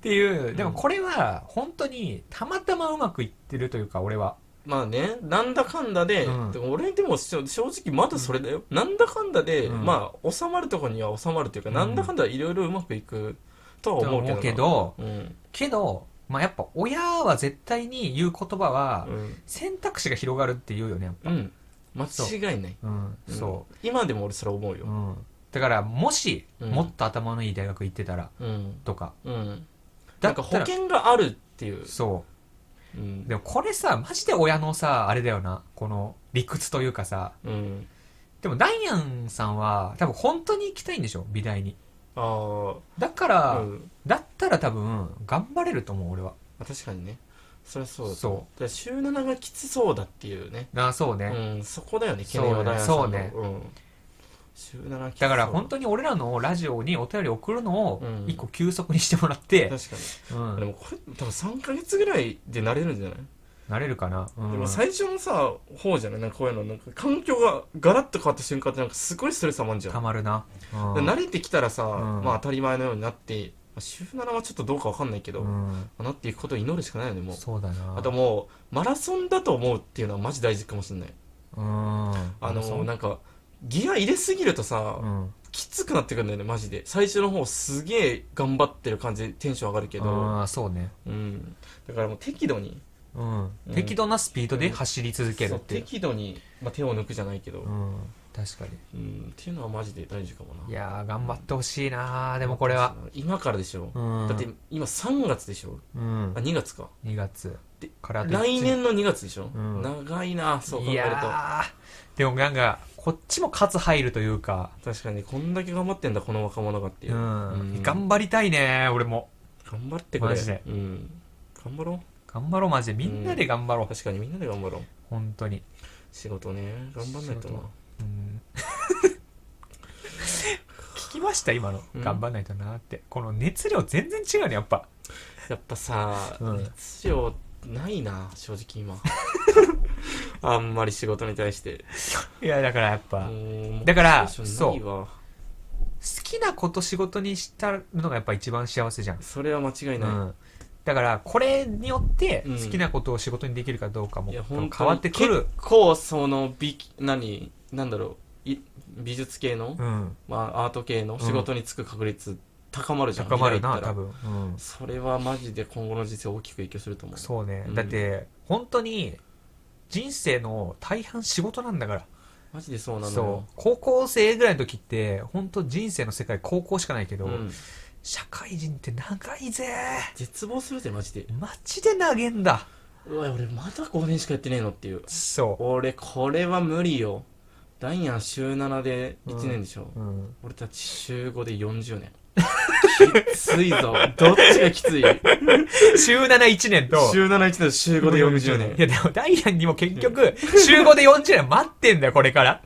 Speaker 1: ていうでもこれは本当にたまたまうまくいってるというか俺は
Speaker 2: まあねなんだかんだで
Speaker 1: うん
Speaker 2: でも俺でも正正直まだそれだよなんだかんだで
Speaker 1: うん
Speaker 2: まあ収まるとこには収まるというか
Speaker 1: うん
Speaker 2: なんだかんだいろいろうまくいくとは
Speaker 1: とは
Speaker 2: 思
Speaker 1: 思
Speaker 2: う
Speaker 1: う
Speaker 2: け
Speaker 1: け
Speaker 2: ど
Speaker 1: ど
Speaker 2: なうん
Speaker 1: けど、まあ、やっぱ親は絶対に言う言葉は
Speaker 2: うん
Speaker 1: 選択肢が広がるって言うよねやっぱ
Speaker 2: うん間違いない
Speaker 1: うん
Speaker 2: うん
Speaker 1: そ
Speaker 2: 今でも俺それ思う
Speaker 1: う、
Speaker 2: よ
Speaker 1: うん、だからもし
Speaker 2: うん
Speaker 1: もっと頭のいい大学行ってたら
Speaker 2: うん
Speaker 1: とか
Speaker 2: うん
Speaker 1: だ
Speaker 2: な
Speaker 1: っ
Speaker 2: ん
Speaker 1: た
Speaker 2: から保険があるっていう
Speaker 1: そううんでもこれさマジで親のさあれだよなこの理屈というかさ
Speaker 2: うん
Speaker 1: でもダイアンさんは多分本当に行きたいんでしょ美大に
Speaker 2: あ
Speaker 1: だから、
Speaker 2: あうん
Speaker 1: だったら多分頑張れると思う俺は
Speaker 2: まあ確かにねそりゃそうだと
Speaker 1: そう
Speaker 2: 思うだから週7がきつそうだっていうね
Speaker 1: なあそうね、
Speaker 2: うん、そこだよね、ケネオダイアンさんの
Speaker 1: そうね
Speaker 2: うん。週7
Speaker 1: だから本
Speaker 2: 当
Speaker 1: 当に俺らのラジオにお便り送るのを
Speaker 2: うん
Speaker 1: 一個休息にしてもらって、
Speaker 2: 確かに。
Speaker 1: うん
Speaker 2: でもこれ、多分3ヶ月ぐらいで慣れるんじゃない、
Speaker 1: なれるかな、うん
Speaker 2: でも最初のさ、方じゃないなんかこういうの、なんか環境がガラッと変わった瞬間ってなんかすごいストレス溜まるじゃん。
Speaker 1: たまるな、うん
Speaker 2: で慣れてきたらさ、
Speaker 1: うん
Speaker 2: まあ当たり前のようになって、まあ、週7はちょっとどうかわかんないけど、
Speaker 1: う
Speaker 2: ま
Speaker 1: ん
Speaker 2: あなっていくことを祈るしかないよね、もう。
Speaker 1: そうだな
Speaker 2: あともう、マラソンだと思うっていうのはマジ大事かもしれない。
Speaker 1: うんあ
Speaker 2: あの、
Speaker 1: そう
Speaker 2: なんか、ギア入れすぎるとさ、
Speaker 1: うん
Speaker 2: きつくなってくるんだよねマジで最初の方すげえ頑張ってる感じでテンション上がるけど、
Speaker 1: あーそうね、
Speaker 2: うん、だからもう適度に
Speaker 1: うん
Speaker 2: うん
Speaker 1: 適度なスピードで走り続ける
Speaker 2: そ
Speaker 1: っ
Speaker 2: う
Speaker 1: ていう、
Speaker 2: 適度に、まあ、手を抜くじゃないけど、
Speaker 1: うん、確かに
Speaker 2: うん、っていうのはマジで大事かもない
Speaker 1: やー頑張ってほしいなーでもこれは、
Speaker 2: 今からでしょ、
Speaker 1: うん、
Speaker 2: だって今3月でしょ
Speaker 1: うん
Speaker 2: あ、2月か
Speaker 1: 2月
Speaker 2: で
Speaker 1: からあと一
Speaker 2: 来
Speaker 1: 年
Speaker 2: 年の2月でしょ、
Speaker 1: うん
Speaker 2: 長いなそう考
Speaker 1: い
Speaker 2: える
Speaker 1: やーでもなんかこっちも喝入るというか、
Speaker 2: と確かにこんだけ頑張ってんだこの若者がっていう、
Speaker 1: うん
Speaker 2: うん
Speaker 1: 頑張りたいね俺も
Speaker 2: 頑張ってくれ
Speaker 1: マジで
Speaker 2: うん、頑張ろ
Speaker 1: 頑張ろうマジでみんなで頑張ろう、
Speaker 2: う確かにみんなで頑張ろう
Speaker 1: 本当に、
Speaker 2: 仕事ね頑張んない
Speaker 1: 仕事
Speaker 2: とな
Speaker 1: うん 聞きました今の、
Speaker 2: うん
Speaker 1: 頑張んないとなーってこの熱量全然違うねやっぱ
Speaker 2: やっぱさ、
Speaker 1: うん
Speaker 2: 熱量ないな正直 今あんまり仕事に対して
Speaker 1: いやだからやっぱ、好だ
Speaker 2: だ
Speaker 1: から
Speaker 2: そうないわ
Speaker 1: きなこと仕事にしたのがやっぱ一番幸せじゃん、、
Speaker 2: それは間違いうなん
Speaker 1: だからこれによって
Speaker 2: うん
Speaker 1: 好きなことを仕事にできるかどうか
Speaker 2: い、
Speaker 1: も
Speaker 2: い
Speaker 1: 変
Speaker 2: や本当に
Speaker 1: わってくる
Speaker 2: 結、構その美何なんだろうい美術系の、
Speaker 1: うん、
Speaker 2: まあ、アート系の仕事に就く確率高まるじゃん、
Speaker 1: 高まる
Speaker 2: 未来行
Speaker 1: な
Speaker 2: ったら
Speaker 1: 多分、うん、
Speaker 2: それはマジで今後の人生大きく影響すると思う
Speaker 1: そうね、
Speaker 2: うん
Speaker 1: だって本当に人生の大半仕事なんだから
Speaker 2: マジでそうなの
Speaker 1: そ
Speaker 2: よ
Speaker 1: う高校生ぐらいの時って本当人生の世界高校しかないけど、
Speaker 2: ん、
Speaker 1: 社会人って長いぜ
Speaker 2: 絶望するぜマジで
Speaker 1: マジで投げんだ
Speaker 2: うわ俺まだ5年しかやってねえのっていう
Speaker 1: そ
Speaker 2: 俺これは無理よダイアン週7で1年でしょ、
Speaker 1: う、うん、
Speaker 2: 俺たち週5で40年きつ いぞどっちがきつい
Speaker 1: 週71年と
Speaker 2: 週7 1年と週5で40年
Speaker 1: いやでもダイアンにも結局週5で40年待ってんだよこれから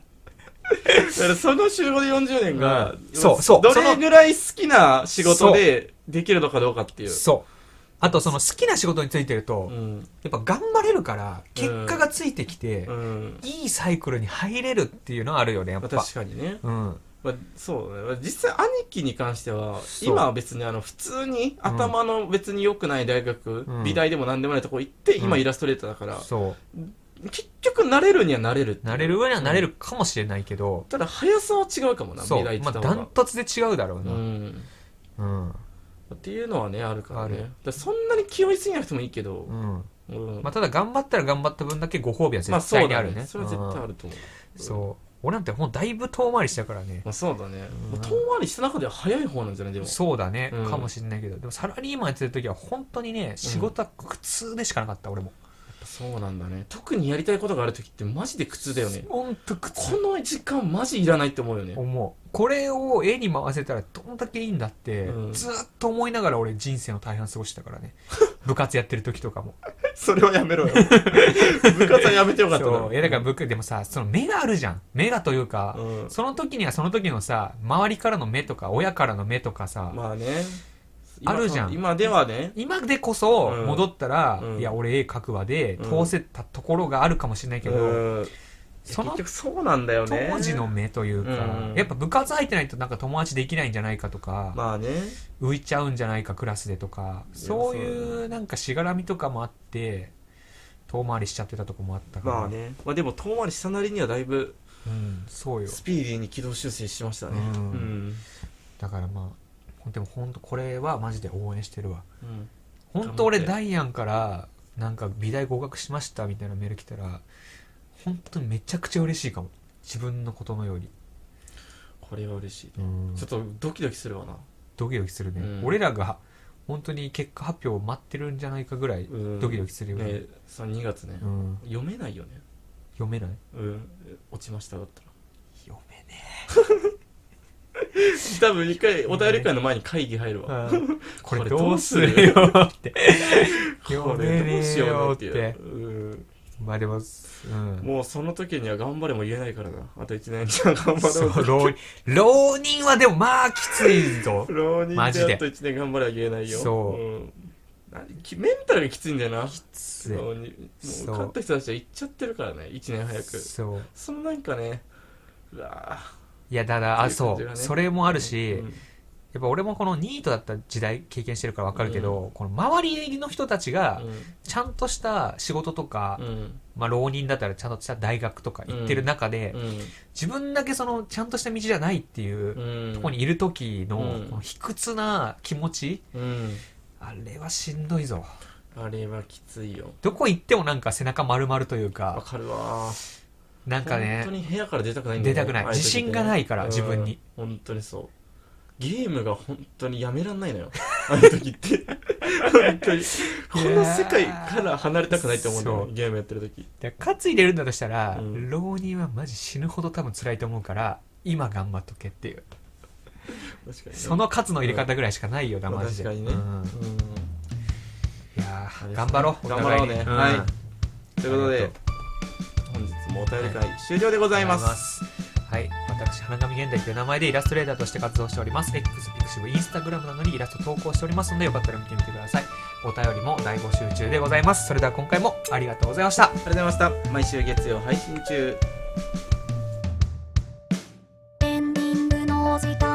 Speaker 2: だからその週5で40年が、
Speaker 1: うんそうそう
Speaker 2: ど
Speaker 1: その
Speaker 2: れぐらい好きな仕事でできるのかどうかっていう
Speaker 1: そうあとその好きな仕事についてると、
Speaker 2: う
Speaker 1: や
Speaker 2: ん
Speaker 1: っぱ頑張れるから結果がついてきて、
Speaker 2: うん
Speaker 1: いいサイクルに入れるっていうのはあるよねやっ
Speaker 2: まあ
Speaker 1: ぱ
Speaker 2: 確かにね、
Speaker 1: うん
Speaker 2: まあ、そうだねまあ実際兄貴に関しては
Speaker 1: そう
Speaker 2: 今は別にあの普通に頭の別に良くない大学、
Speaker 1: うん
Speaker 2: 美大でも何でもないとこ行って、今
Speaker 1: うん
Speaker 2: イラストレーターだから、
Speaker 1: そ
Speaker 2: 結局慣れるには慣れるっていう
Speaker 1: うなれる上にはなれるかもしれないけど、
Speaker 2: ただ速さは違うかもな
Speaker 1: そ
Speaker 2: 未
Speaker 1: う
Speaker 2: 来
Speaker 1: ま
Speaker 2: 来
Speaker 1: あ
Speaker 2: た方が、
Speaker 1: ダントツで違うだろう
Speaker 2: う
Speaker 1: な、
Speaker 2: ん
Speaker 1: うん
Speaker 2: っていうのはねあるからね
Speaker 1: ある
Speaker 2: だからそんなに気負いすぎなくてもいいけど
Speaker 1: う、ん
Speaker 2: うん
Speaker 1: まあ、ただ頑張ったら頑張った分だけご褒美は絶対にあるね,、
Speaker 2: そうだそれは絶対あ
Speaker 1: る、
Speaker 2: ると思う、
Speaker 1: そう俺なんてもうだいぶ遠回りしたからね
Speaker 2: まあ、そうだね、
Speaker 1: うん
Speaker 2: まあ遠回りした中では早い方なんじゃないでも
Speaker 1: そうだね、
Speaker 2: うん
Speaker 1: かもしれないけどでもサラリーマンやってる時は本当にね仕事は苦痛でしかなかった、俺も
Speaker 2: そうなんだね特にやりたいことがある時ってマジで苦痛だよね
Speaker 1: 本当苦
Speaker 2: こ
Speaker 1: 痛
Speaker 2: の時間マジいらないって思うよね
Speaker 1: 思うこれを絵に回せたらどんだけいいんだって、
Speaker 2: うん
Speaker 1: ずっと思いながら俺人生の大半過ごしてたから ね部活やってる時とかも
Speaker 2: それはやめ ろよ部活はやめてよかったな
Speaker 1: そういやだから僕でもさその目があるじゃん目がというか、
Speaker 2: うん
Speaker 1: その時にはその時のさ周りからの目とか親からの目とかさ、
Speaker 2: まあね
Speaker 1: あるじゃん
Speaker 2: 今今ではね
Speaker 1: 今でこそ
Speaker 2: うん
Speaker 1: 戻ったら、
Speaker 2: うん
Speaker 1: いや俺絵描くわで
Speaker 2: うん
Speaker 1: 通せたところがあるかもしれないけど、
Speaker 2: うん
Speaker 1: その
Speaker 2: 結局そうなんだよね
Speaker 1: 当時の目というか、
Speaker 2: うん
Speaker 1: やっぱ部活入ってないとなんか友達できないんじゃないかとか、
Speaker 2: まあね
Speaker 1: 浮いちゃうんじゃないかクラスでとかそういうなんかしがらみとかもあって遠回りしちゃってたとこもあったから、
Speaker 2: まあね、まあ、でも遠回りしたなりにはだいぶ
Speaker 1: うん、そうよ
Speaker 2: スピーディーに軌道修正しましたね
Speaker 1: う
Speaker 2: うんん、
Speaker 1: だからまあでも本当これはマジで応援してるわ
Speaker 2: うん
Speaker 1: 本当俺
Speaker 2: 頑張
Speaker 1: ダイアンからなんか美大合格しましたみたいなメール来たら本当にめちゃくちゃ嬉しいかも自分のことのように、
Speaker 2: これは嬉しいね、
Speaker 1: うん
Speaker 2: ちょっとドキドキするわな
Speaker 1: ドキドキするね、
Speaker 2: うん
Speaker 1: 俺らが本当に結果発表を待ってるんじゃないかぐらい
Speaker 2: うん
Speaker 1: ドキドキするよね,、
Speaker 2: ねさ2月ね、
Speaker 1: うん、
Speaker 2: 読めないよね
Speaker 1: 読めない
Speaker 2: うん落ちましただったら
Speaker 1: 読めね
Speaker 2: 多分一回お便り会の前に会議入るわ、
Speaker 1: これ
Speaker 2: これ
Speaker 1: ど
Speaker 2: ど
Speaker 1: う
Speaker 2: う
Speaker 1: す
Speaker 2: す
Speaker 1: る
Speaker 2: る
Speaker 1: よって
Speaker 2: これどうしようねってうん
Speaker 1: まあでも、うん、
Speaker 2: もうその時には頑張れも言えないからなあと1年じゃ頑張ろ
Speaker 1: そう
Speaker 2: う
Speaker 1: 浪人浪人はでもまあきつい ぞ
Speaker 2: 浪人
Speaker 1: マジで
Speaker 2: であと1年頑張れは言えないよ
Speaker 1: そうん
Speaker 2: なきメンタルがきついんだよな
Speaker 1: きつい
Speaker 2: 浪人も
Speaker 1: そう
Speaker 2: う受かった人たちは行っちゃってるからね1年早く
Speaker 1: そう
Speaker 2: そのなんかねうわ
Speaker 1: いやだだあそ
Speaker 2: ってい
Speaker 1: う
Speaker 2: う感じがね
Speaker 1: それもあ
Speaker 2: あ
Speaker 1: るし、やっぱ俺もこのニートだった時代経験してるから分かるけど、この周りの人たちがちゃんとした仕事とか、まあ、浪人だったらちゃんとした大学とか行ってる中で、自分だけそのちゃんとした道じゃないっていうと
Speaker 2: そ
Speaker 1: こにいる時の,、
Speaker 2: うん
Speaker 1: この卑屈な気持ちあれはしんどいぞ
Speaker 2: あれはきついよ
Speaker 1: どこ行ってもなんか背中丸々というか
Speaker 2: わかるわ
Speaker 1: なんかね
Speaker 2: 本当に部屋から出たくないんだよ
Speaker 1: 出
Speaker 2: ね
Speaker 1: たくない
Speaker 2: ああう時ね
Speaker 1: 自信がないから
Speaker 2: うん
Speaker 1: 自分に
Speaker 2: 本当にそうゲームが本当にやめらんないのよ あの時って本当にこの世界から離れたくないと思うんだよ
Speaker 1: そ
Speaker 2: ねゲームやってる時
Speaker 1: だから担いでるんだとしたら、
Speaker 2: うん
Speaker 1: 浪人はマジ死ぬほど多分辛いと思うから今頑張っとけっていう
Speaker 2: 確かにね
Speaker 1: その数の入れ方ぐらいしかないよな、
Speaker 2: まあ
Speaker 1: マジで
Speaker 2: 確かにね
Speaker 1: うん
Speaker 2: うん
Speaker 1: いやー頑張ろうお
Speaker 2: 頑張
Speaker 1: 互
Speaker 2: ろ
Speaker 1: いうに
Speaker 2: ね
Speaker 1: ん
Speaker 2: はいということ
Speaker 1: あり
Speaker 2: で
Speaker 1: がと
Speaker 2: 本日もお便り会終了でございま
Speaker 1: ありがとうございますはい私花神現代という名前でイラストレーターとして活動しております X ピクシブインスタグラムなどにイラスト投稿しておりますのでよかったら見てみてくださいお便りも大募集中でございますそれでは今回もありがとうございました
Speaker 2: ありがとうございました毎週月曜配信中
Speaker 3: エンディングのお時間